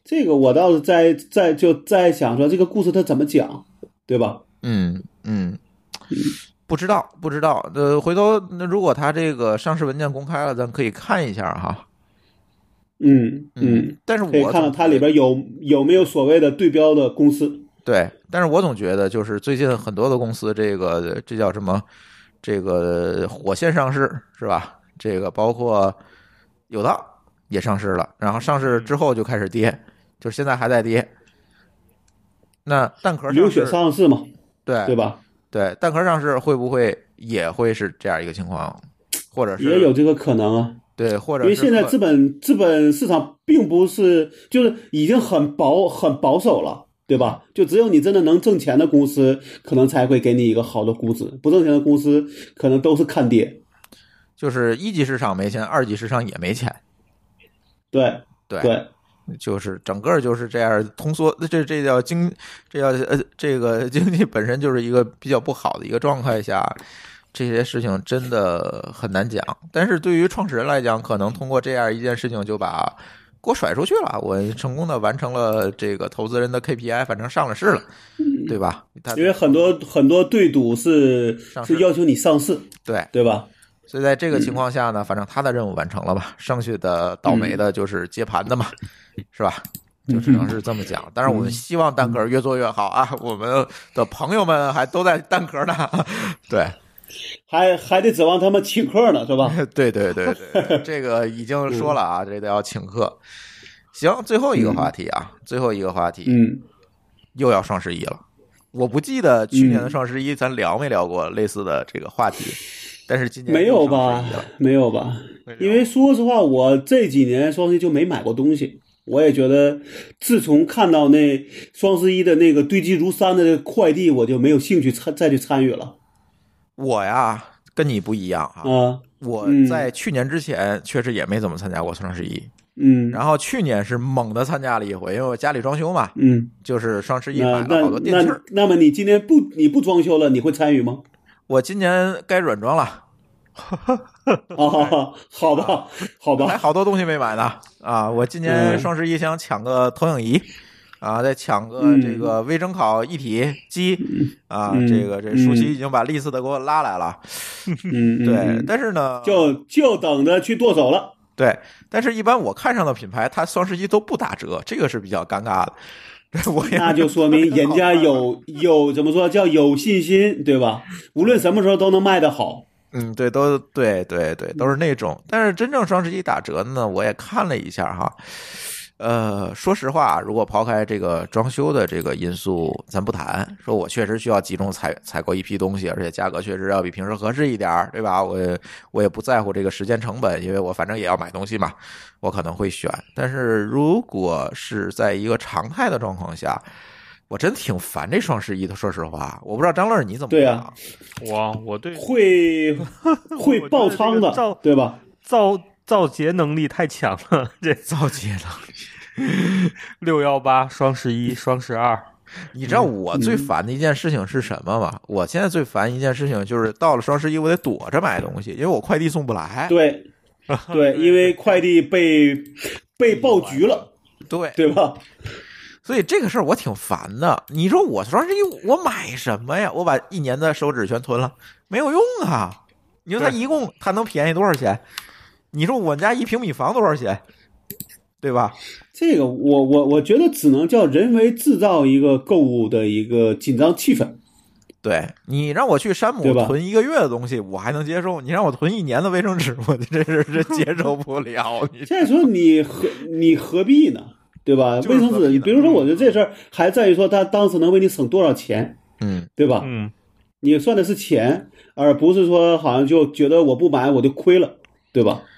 这个我倒是在在就在想说这个故事它怎么讲，对吧？
嗯，嗯，不知道，不知道。呃，回头那如果他这个上市文件公开了，咱可以看一下哈。
嗯嗯，，
但是我
可以看到
总
它里边有有没有所谓的对标的公司。
对，但是我总觉得就是最近很多的公司，这个这叫什么？这个火线上市是吧？这个包括有道也上市了，然后上市
嗯
之后就开始跌，就是现在还在跌。那蛋壳
流
上
血
市，
上市嘛，
对
对吧？
对，蛋壳上市会不会也会是这样一个情况，或者是
也有这个可能啊，
对，或者
因为
是
现在
各
资本资本市场并不是就是已经很保很保守了，对吧？就只有你真的能挣钱的公司，可能才会给你一个好的估值；不挣钱的公司，可能都是看跌。
就是一级市场没钱，二级市场也没钱。
对
对，
对，
就是整个就是这样通缩，这这叫经，这叫呃这个经济本身就是一个比较不好的一个状态下，这些事情真的很难讲。但是对于创始人来讲，可能通过这样一件事情就把锅甩出去了，我成功的完成了这个投资人的 KPI，反正上了市了，对吧？他
因为很多很多对赌是
上市
是要求你上市，
对，
对吧？
所以在这个情况下呢，反正他的任务完成了吧，剩下的倒
嗯
霉的就是接盘的嘛，是吧？就只能是这么讲。
嗯
但是我们希望蛋壳越做越好啊，我们的朋友们还都在蛋壳 呢。对，
还还得指望他们请客呢，是吧？
对对对对对，这个已经说了
嗯
啊，这个要请客。行，最后一个话题啊，最后一个话题
嗯，
又要双十一了。我不记得去
嗯
年的双十一咱聊没聊过类似的这个话题，但是今年
没有
又双
吧
十一了？
没有吧？
嗯
没聊
哎
因为说实话，我这几年双十一就没买过东西。我也觉得，自从看到那双十一的那个堆积如山的那个快递，我就没有兴趣参再去参与了
我呀跟你不一样啊，
啊。
我
嗯
在去年之前确实也没怎么参加过双十一，
嗯
然后去年是猛的参加了一回，因为我家里装修嘛，
嗯，
就是双十一
那
买了好
那
多电器
那
儿。
那么你今天不你不装修了，你会参 与吗？
我今年该软装了，
啊，好吧，好
还
吧，
好多东西没买呢啊！我今年
嗯
双十一想抢个投影仪。啊，再抢个
嗯
这个微蒸烤一体机啊，
嗯
这个这
嗯
舒淇已经把 list 的给我拉来了，
嗯，嗯
对，
嗯
但是呢，
就就等着去剁手了。
对，但是一般我看上的品牌，它双十一都不打折，这个是比较尴尬的。 对，我也
那就说明人家有有怎么说叫有信心，对吧？无论什么时候都能卖得好。
嗯，对，都对对对，都
嗯
是那种。但是真正双十一打折呢，我也看了一下哈。呃，说实话，如果抛开这个装修的这个因素，咱不谈，说我确实需要集中采采购一批东西，而且价格确实要比平时合适一点儿，对吧？我也我也不在乎这个时间成本，因为我反正也要买东西嘛，我可能会选。但是如果是在一个常态的状况下，我真挺烦这双十一的。说实话，我不知道张乐你怎么
对
想。
啊
我我对
会会爆仓
我觉得这个造
的，对吧？
造造节能力太强了，这
造节能
六幺八、双十一、双十二，
你知道
嗯
我最烦的一件事情是什么吗？我现在最烦一件事情就是到了双十一，我得躲着买东西，因为我快递送不来。
对，对，因为快递被被爆局了，
对，
对吧？
所以这个事儿我挺烦的。你说我双十一我买什么呀？我把一年的手指全囤了，没有用啊！你说它
对
一共它能便宜多少钱？你说我们家一平米房多少钱？对吧？
这个我我我觉得只能叫人为制造一个购物的一个紧张气氛。
对你让我去山姆
对吧
囤一个月的东西，我还能接受；你让我囤一年的卫生纸，我这是 这接受不了。你
现在说你何你何必呢？对吧？
就是
卫生
何必
纸，
呢
比如说，我觉得这事儿还在于说他当时能为你省多少钱，
嗯，
对吧？
嗯，
你算的是钱，而不是说好像就觉得我不买我就亏了，对吧？
嗯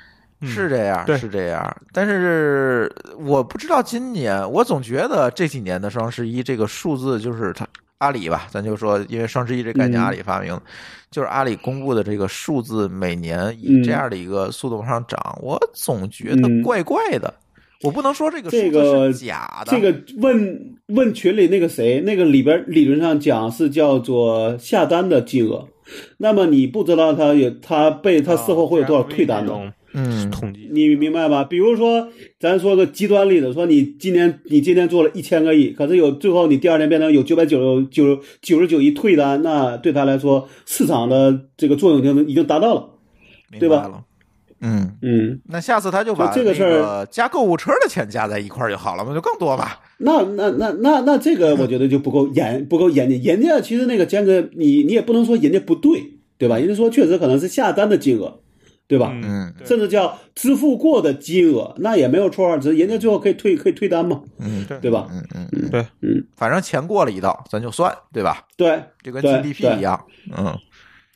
是这样，
对
是这样。但是我不知道今年，我总觉得这几年的双十一这个数字就是它阿里吧，咱就说，因为双十一这概念
嗯
阿里发明，就是阿里公布的这个数字每年以
嗯
这样的一个速度往上涨，我总觉得
嗯
怪怪的。我不能说这个数
这
字
个
是假的，
这个问问群里那个谁，那个里边理论上讲是叫做下单的金额，那么你不知道他有他被
哦
他事后会有多少退单的，
啊
嗯，
统计，
你明白吧？比如说，咱说个极端例子，说你今年你今天做了一千个亿，可是有最后你第二天变成有九百九九九十九亿退单，那对他来说市场的这个作用已经已经达到了，
明
对吧
白了。嗯，
嗯，
那下次他就把
就这个事儿
那加购物车的钱加在一块儿就好了嘛，就更多吧。
那那那那那这个，我觉得就不够严，不够严谨。人家其实那个坚哥，你你也不能说人家不对，对吧？人家说确实可能是下单的金额，对吧？
嗯
对
甚至叫支付过的金额，那也没有错啊，只是人家最后可以退可以退单嘛，
嗯，
对吧？
嗯嗯嗯，
对，
嗯，
反正钱过了一道，咱就算，对吧？
对
就跟
对
GDP 一样，嗯，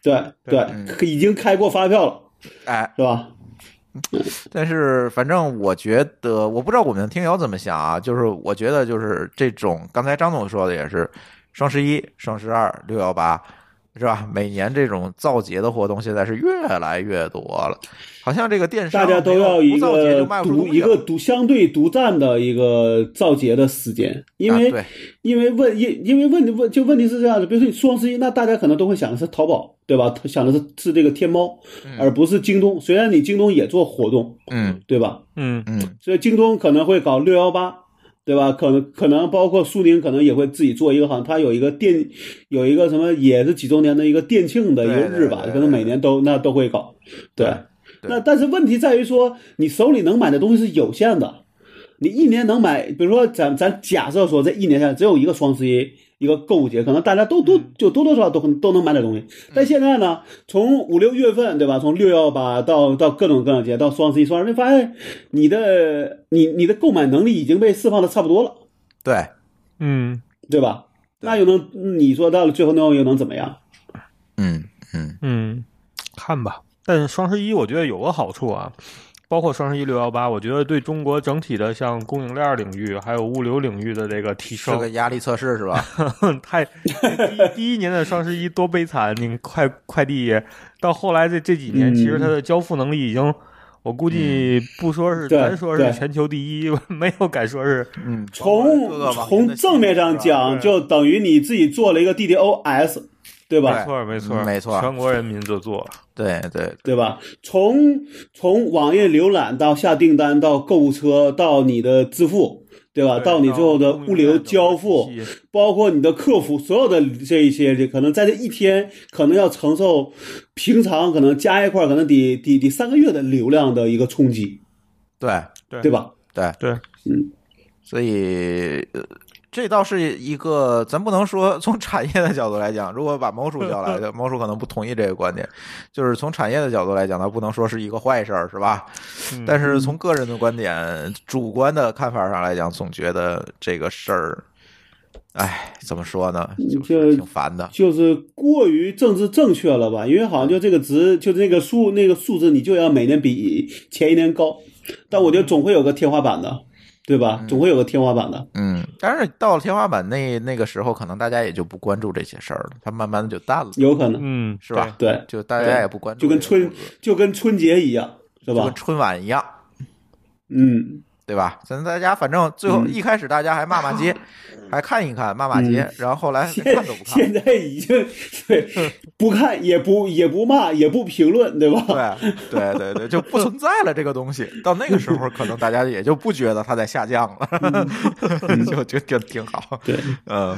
对对，已经开过发票了，
哎，
是吧？
但是反正我觉得，我不知道我们的听友怎么想啊，就是我觉得就是这种，刚才张总说的也是，双十一、双十二、六幺八，是吧？每年这种造节的活动现在是越来越多了，好像这个电商
大家都
没
要
有
一
不造节就
个
卖不出
独
东西
一个
了
独相对独占的一个造节的时间，因
啊
为、
对
因为问因因为问问就问题是这样的，比如说你双十一，那大家可能都会想的是淘宝，对吧？想的是是这个天猫，而不是京东。虽然你京东也做活动，
嗯
对吧？
嗯，
嗯
所以京东可能会搞六幺八，对吧？可能可能包括苏宁，可能也会自己做一个，好像它有一个店，有一个什么也是几周年的一个店庆的一个
对对
日吧
对，对
可能每年都那都会搞，对。
对
那但是问题在于说，你手里能买的东西是有限的，你一年能买，比如说咱咱假设说这一年下来只有一个双十一，一个购物节，可能大家
嗯
都都就多多少少都可能都能买点东西。但现在呢，从五六月份对吧，从六幺八到到各种各样节，到双十一、双十二，你发现你的你你的购买能力已经被释放的差不多了，
对
嗯
对吧？
对
那又能你说到了最后呢又能怎么样？
嗯嗯
嗯，看吧。但双十一我觉得有个好处啊，包括双十一六幺八，我觉得对中国整体的像供应链领域还有物流领域的这个提
是
升
个，压力测试是吧？
太第一第一年的双十一多悲惨，你快快递到后来这这几年，
嗯
其实它的交付能力已经，我估计不说是
对
咱说是
对
全球第一， 没有敢说是
嗯，
从
各个网民的
从正面上
期待是吧
讲，
对
就等于你自己做了一个 DDoS，对吧？
没错没错
嗯没错
全国人民都做了，
对对
对吧？从从网页浏览到下订单，到购物车，到你的支付，对吧？啊
对
到你最后的物流交付
供应，链的体系
包括你的客服，所有的这一些，这可能在这一天，可能要承受平常可能加一块儿，可能得得得三个月的流量的一个冲击，
对
对
对？吧？
对，
对，
所以。呃这倒是一个，咱不能说从产业的角度来讲，如果把猫叔叫来 的，猫叔可能不同意这个观点。就是从产业的角度来讲，它不能说是一个坏事儿，是吧？
嗯
但是从个人的观点、主观的看法上来讲，总觉得这个事儿，哎，怎么说呢，
嗯
就是
这
挺烦的。嗯
就是过于政治正确了吧？因为好像就这个值，就这个数那个数字，你就要每年比前一年高，但我觉得总会有个天花板的，对吧？总会有个天花板的。
嗯，但是到了天花板那那个时候，可能大家也就不关注这些事儿了，它慢慢的就淡了，
有可能，
嗯，
是吧？
对，
就大家也不关注
就
这
跟
个数字，
春就跟春节一样，是
就跟
吧？
春晚一样，
嗯，
对吧？咱大家反正最后
嗯
一开始大家还骂骂 街，还看一看骂骂街，然后后来
现
看都不看。
现在已经对不看也不也不骂也不评论，对吧？
对对对对，就不存在了这个东西。到那个时候，可能大家也就不觉得它在下降 了，就就挺挺好。
嗯对，
嗯，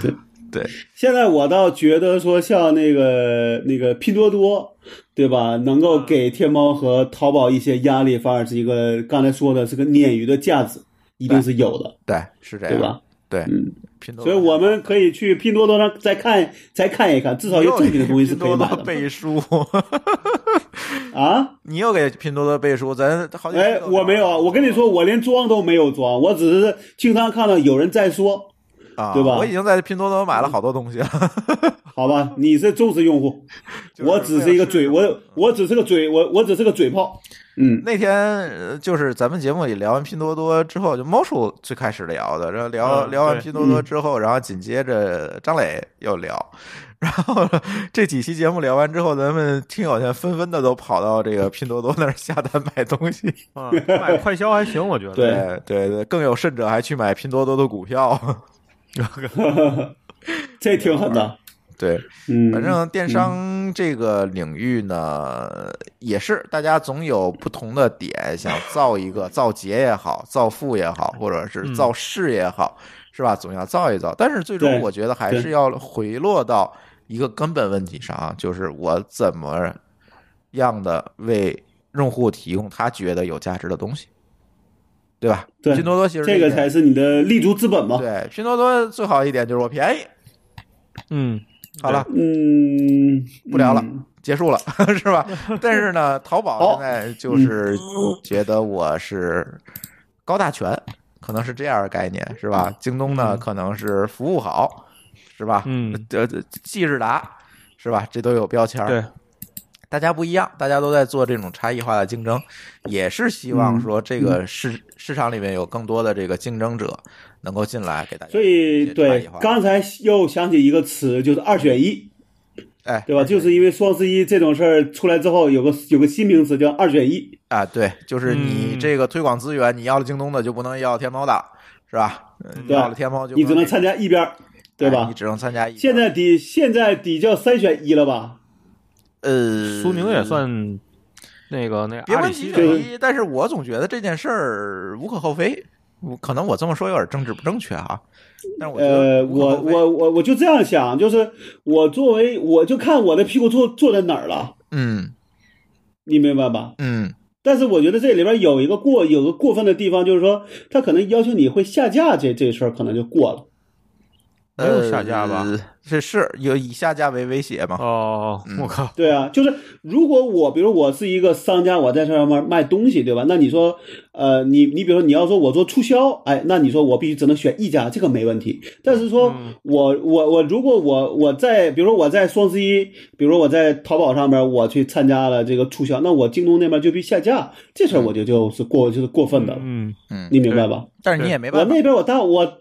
对，
现在我倒觉得说像那个那个拼多多，对吧？能够给天猫和淘宝一些压力，反而是一个刚才说的这个鲶鱼的价值，一定是有的，
对，是这
对
样，
吧？
对
嗯，
拼多
所
多，
以我们可以去拼多多上再看再看一看，至少一
你
些
又
正品的东西是
拼
可以
多
买
多
的
背书，
啊。
你又给拼多多背书，咱好几
哎，
期都
我没有啊，我跟你说，我连装都没有装，我只是经常看到有人在说，
啊，
对吧
我已经在拼多多买了好多东西了，
好吧，你是忠实用户，
就是
我只是一个嘴，
为了试试
我我只是个嘴，我我只是个嘴炮，嗯，
那天呃就是咱们节目里聊完拼多多之后，就猫叔最开始聊的，然后聊、
嗯
聊完
对
拼多多之后，然后紧接着张磊又聊，然后这几期节目聊完之后，咱们听友圈纷纷的都跑到这个拼多多那儿下单买东西，
啊买快销还行，我觉得
对
对对对，更有甚者还去买拼多多的股票，
这挺 狠的，
对，
嗯，
反正电商这个领域呢，也是大家总有不同的点，想造一个造节也好，造富也
嗯
好，或者是造势也好，是吧？总要造一造。但是最终
对
我觉得还是要回落到一个根本问题上啊，就是我怎么样的为用户提供他觉得有价值的东西，对吧？
对
拼多多其实
这个
一点
才是你的立足之本嘛，
对拼多多最好一点就是我便宜。
嗯，
好了，
嗯，
不聊了
嗯
结束了， 是吧？但是呢，淘宝现在就是觉得我是高大全，可能是这样的概念，是吧？京东呢，
嗯
可能是服务好，是吧？
嗯，
呃，即日达，是吧？这都有标签儿。
对，
大家不一样，大家都在做这种差异化的竞争，也是希望说这个市、市场里面有更多的这个竞争者能够进来给大家
所
做一些
以
差异
对
化的。，
刚才又想起一个词，就是二选一，
哎，
对吧？就是因为双十一这种事儿出来之后，有个有个新名词叫二选一，
啊，对，就是你
嗯
这个推广资源，你要了京东的就不能要天猫的，是吧？嗯
对
要了天猫就
你只能
参，
参加一边儿，对
哎
吧
你？只能参加一个。
现在得现在得叫三选一了吧？
呃，
苏宁也算那个那个
别
阿
问
里
其
系
对
的，
对
一，但是我总觉得这件事儿无可厚非。我可能我这么说有点政治不正确哈、但是我觉得
呃，
无可
我
厚非
我我我就这样想，就是我作为我就看我的屁股坐坐在哪儿了，
嗯
你明白吧？
嗯
但是我觉得这里边有一个过有个过分的地方，就是说他可能要求你会下架这这事儿，可能就过了。
没有下架吧？
呃是是有以下架为威胁嘛？
哦
嗯，
我靠，
对啊，就是如果我比如我是一个商家，我在上面卖东西，对吧？那你说，呃，你你比如说你要说我做促销，哎，那你说我必须只能选一家，这个没问题。但是说
嗯
我我我如果我我在比如说我在双十一，比如说我在淘宝上面我去参加了这个促销，那我京东那边就必须下架，这事儿我觉得就是过就是过分的了，
嗯，
嗯，
你明白吧？
但是你也没
我
办法，
那边我当我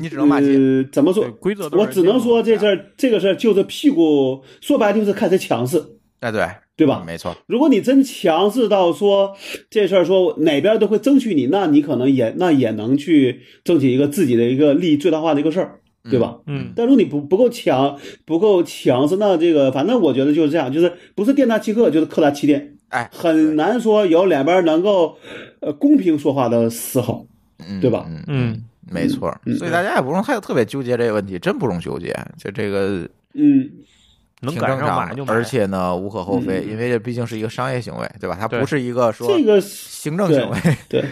你只能骂街。
呃，怎么说
对？规则都是
我只能说这事儿，这个事儿就是屁股，说白了就是看谁强势，
哎，对
呃对吧？
没错，
如果你真强势到说这事儿，说哪边都会争取你，那你可能也那也能去争取一个自己的一个利益最大化的一个事儿，对吧？
嗯
但如果你不不够强，不够强势，那这个反正我觉得就是这样，就是不是店大欺客，就是客大欺店，
哎，
很难说有两边能够呃公平说话的时候。
嗯，
对吧
嗯
嗯，
没错，所以大家也不用太特别纠结这个问题，真不用纠结，就这个
嗯，
能
挺
赶
正
上买
常
就
的，
买，
而且呢无可厚非，
嗯
因为这毕竟是一个商业行为，对吧？它
对
不是一个说
这个是
行政行为，
对。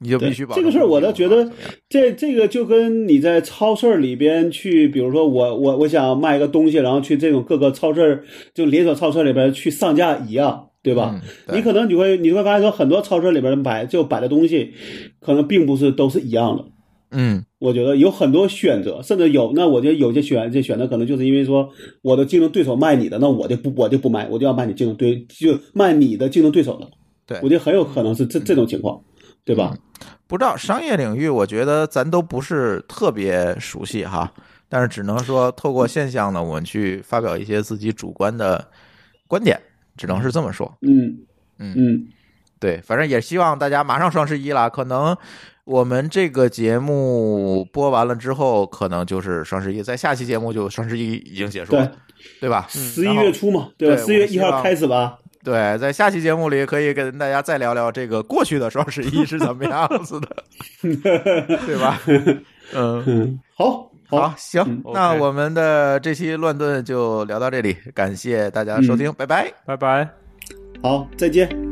你就
对
必须保
这
证
个事儿我倒
公平
觉
嘛
得
怎么样
这这个就跟你在超市里边去，比如说我我我想卖一个东西，然后去这种各个超市，就连锁超市里边去上架一样，对吧？
嗯对
你可能你会你会发现说，很多超市里边买就摆的东西，可能并不是都是一样的。
嗯，
我觉得有很多选择，甚至有那我觉得有些选这选择可能就是因为说我的竞争对手卖你的，那我就不我就不卖，我就要卖你竞争对就卖你的竞争对手的。
对嗯
我觉得很有可能是这这种情况，对吧？
不知道商业领域，我觉得咱都不是特别熟悉哈，但是只能说透过现象呢，我们去发表一些自己主观的观点，只能是这么说。
嗯
嗯
嗯，
对，反正也希望大家马上双十一了，可能我们这个节目播完了之后，可能就是双十一，在下期节目就双十一已经结束
对
了，。对吧？
十
嗯
一
然后
月初嘛，对吧？
对
十一月
我希
一
望
号开 始吧。
对，在下期节目里可以跟大家再聊聊这个过去的双十一是怎么样子的，对吧？
嗯，
嗯，好，
好，，行
嗯，
那
OK
我们的这期乱
嗯
炖就聊到这里，感谢大家收听，拜拜。
拜拜。
好，再见。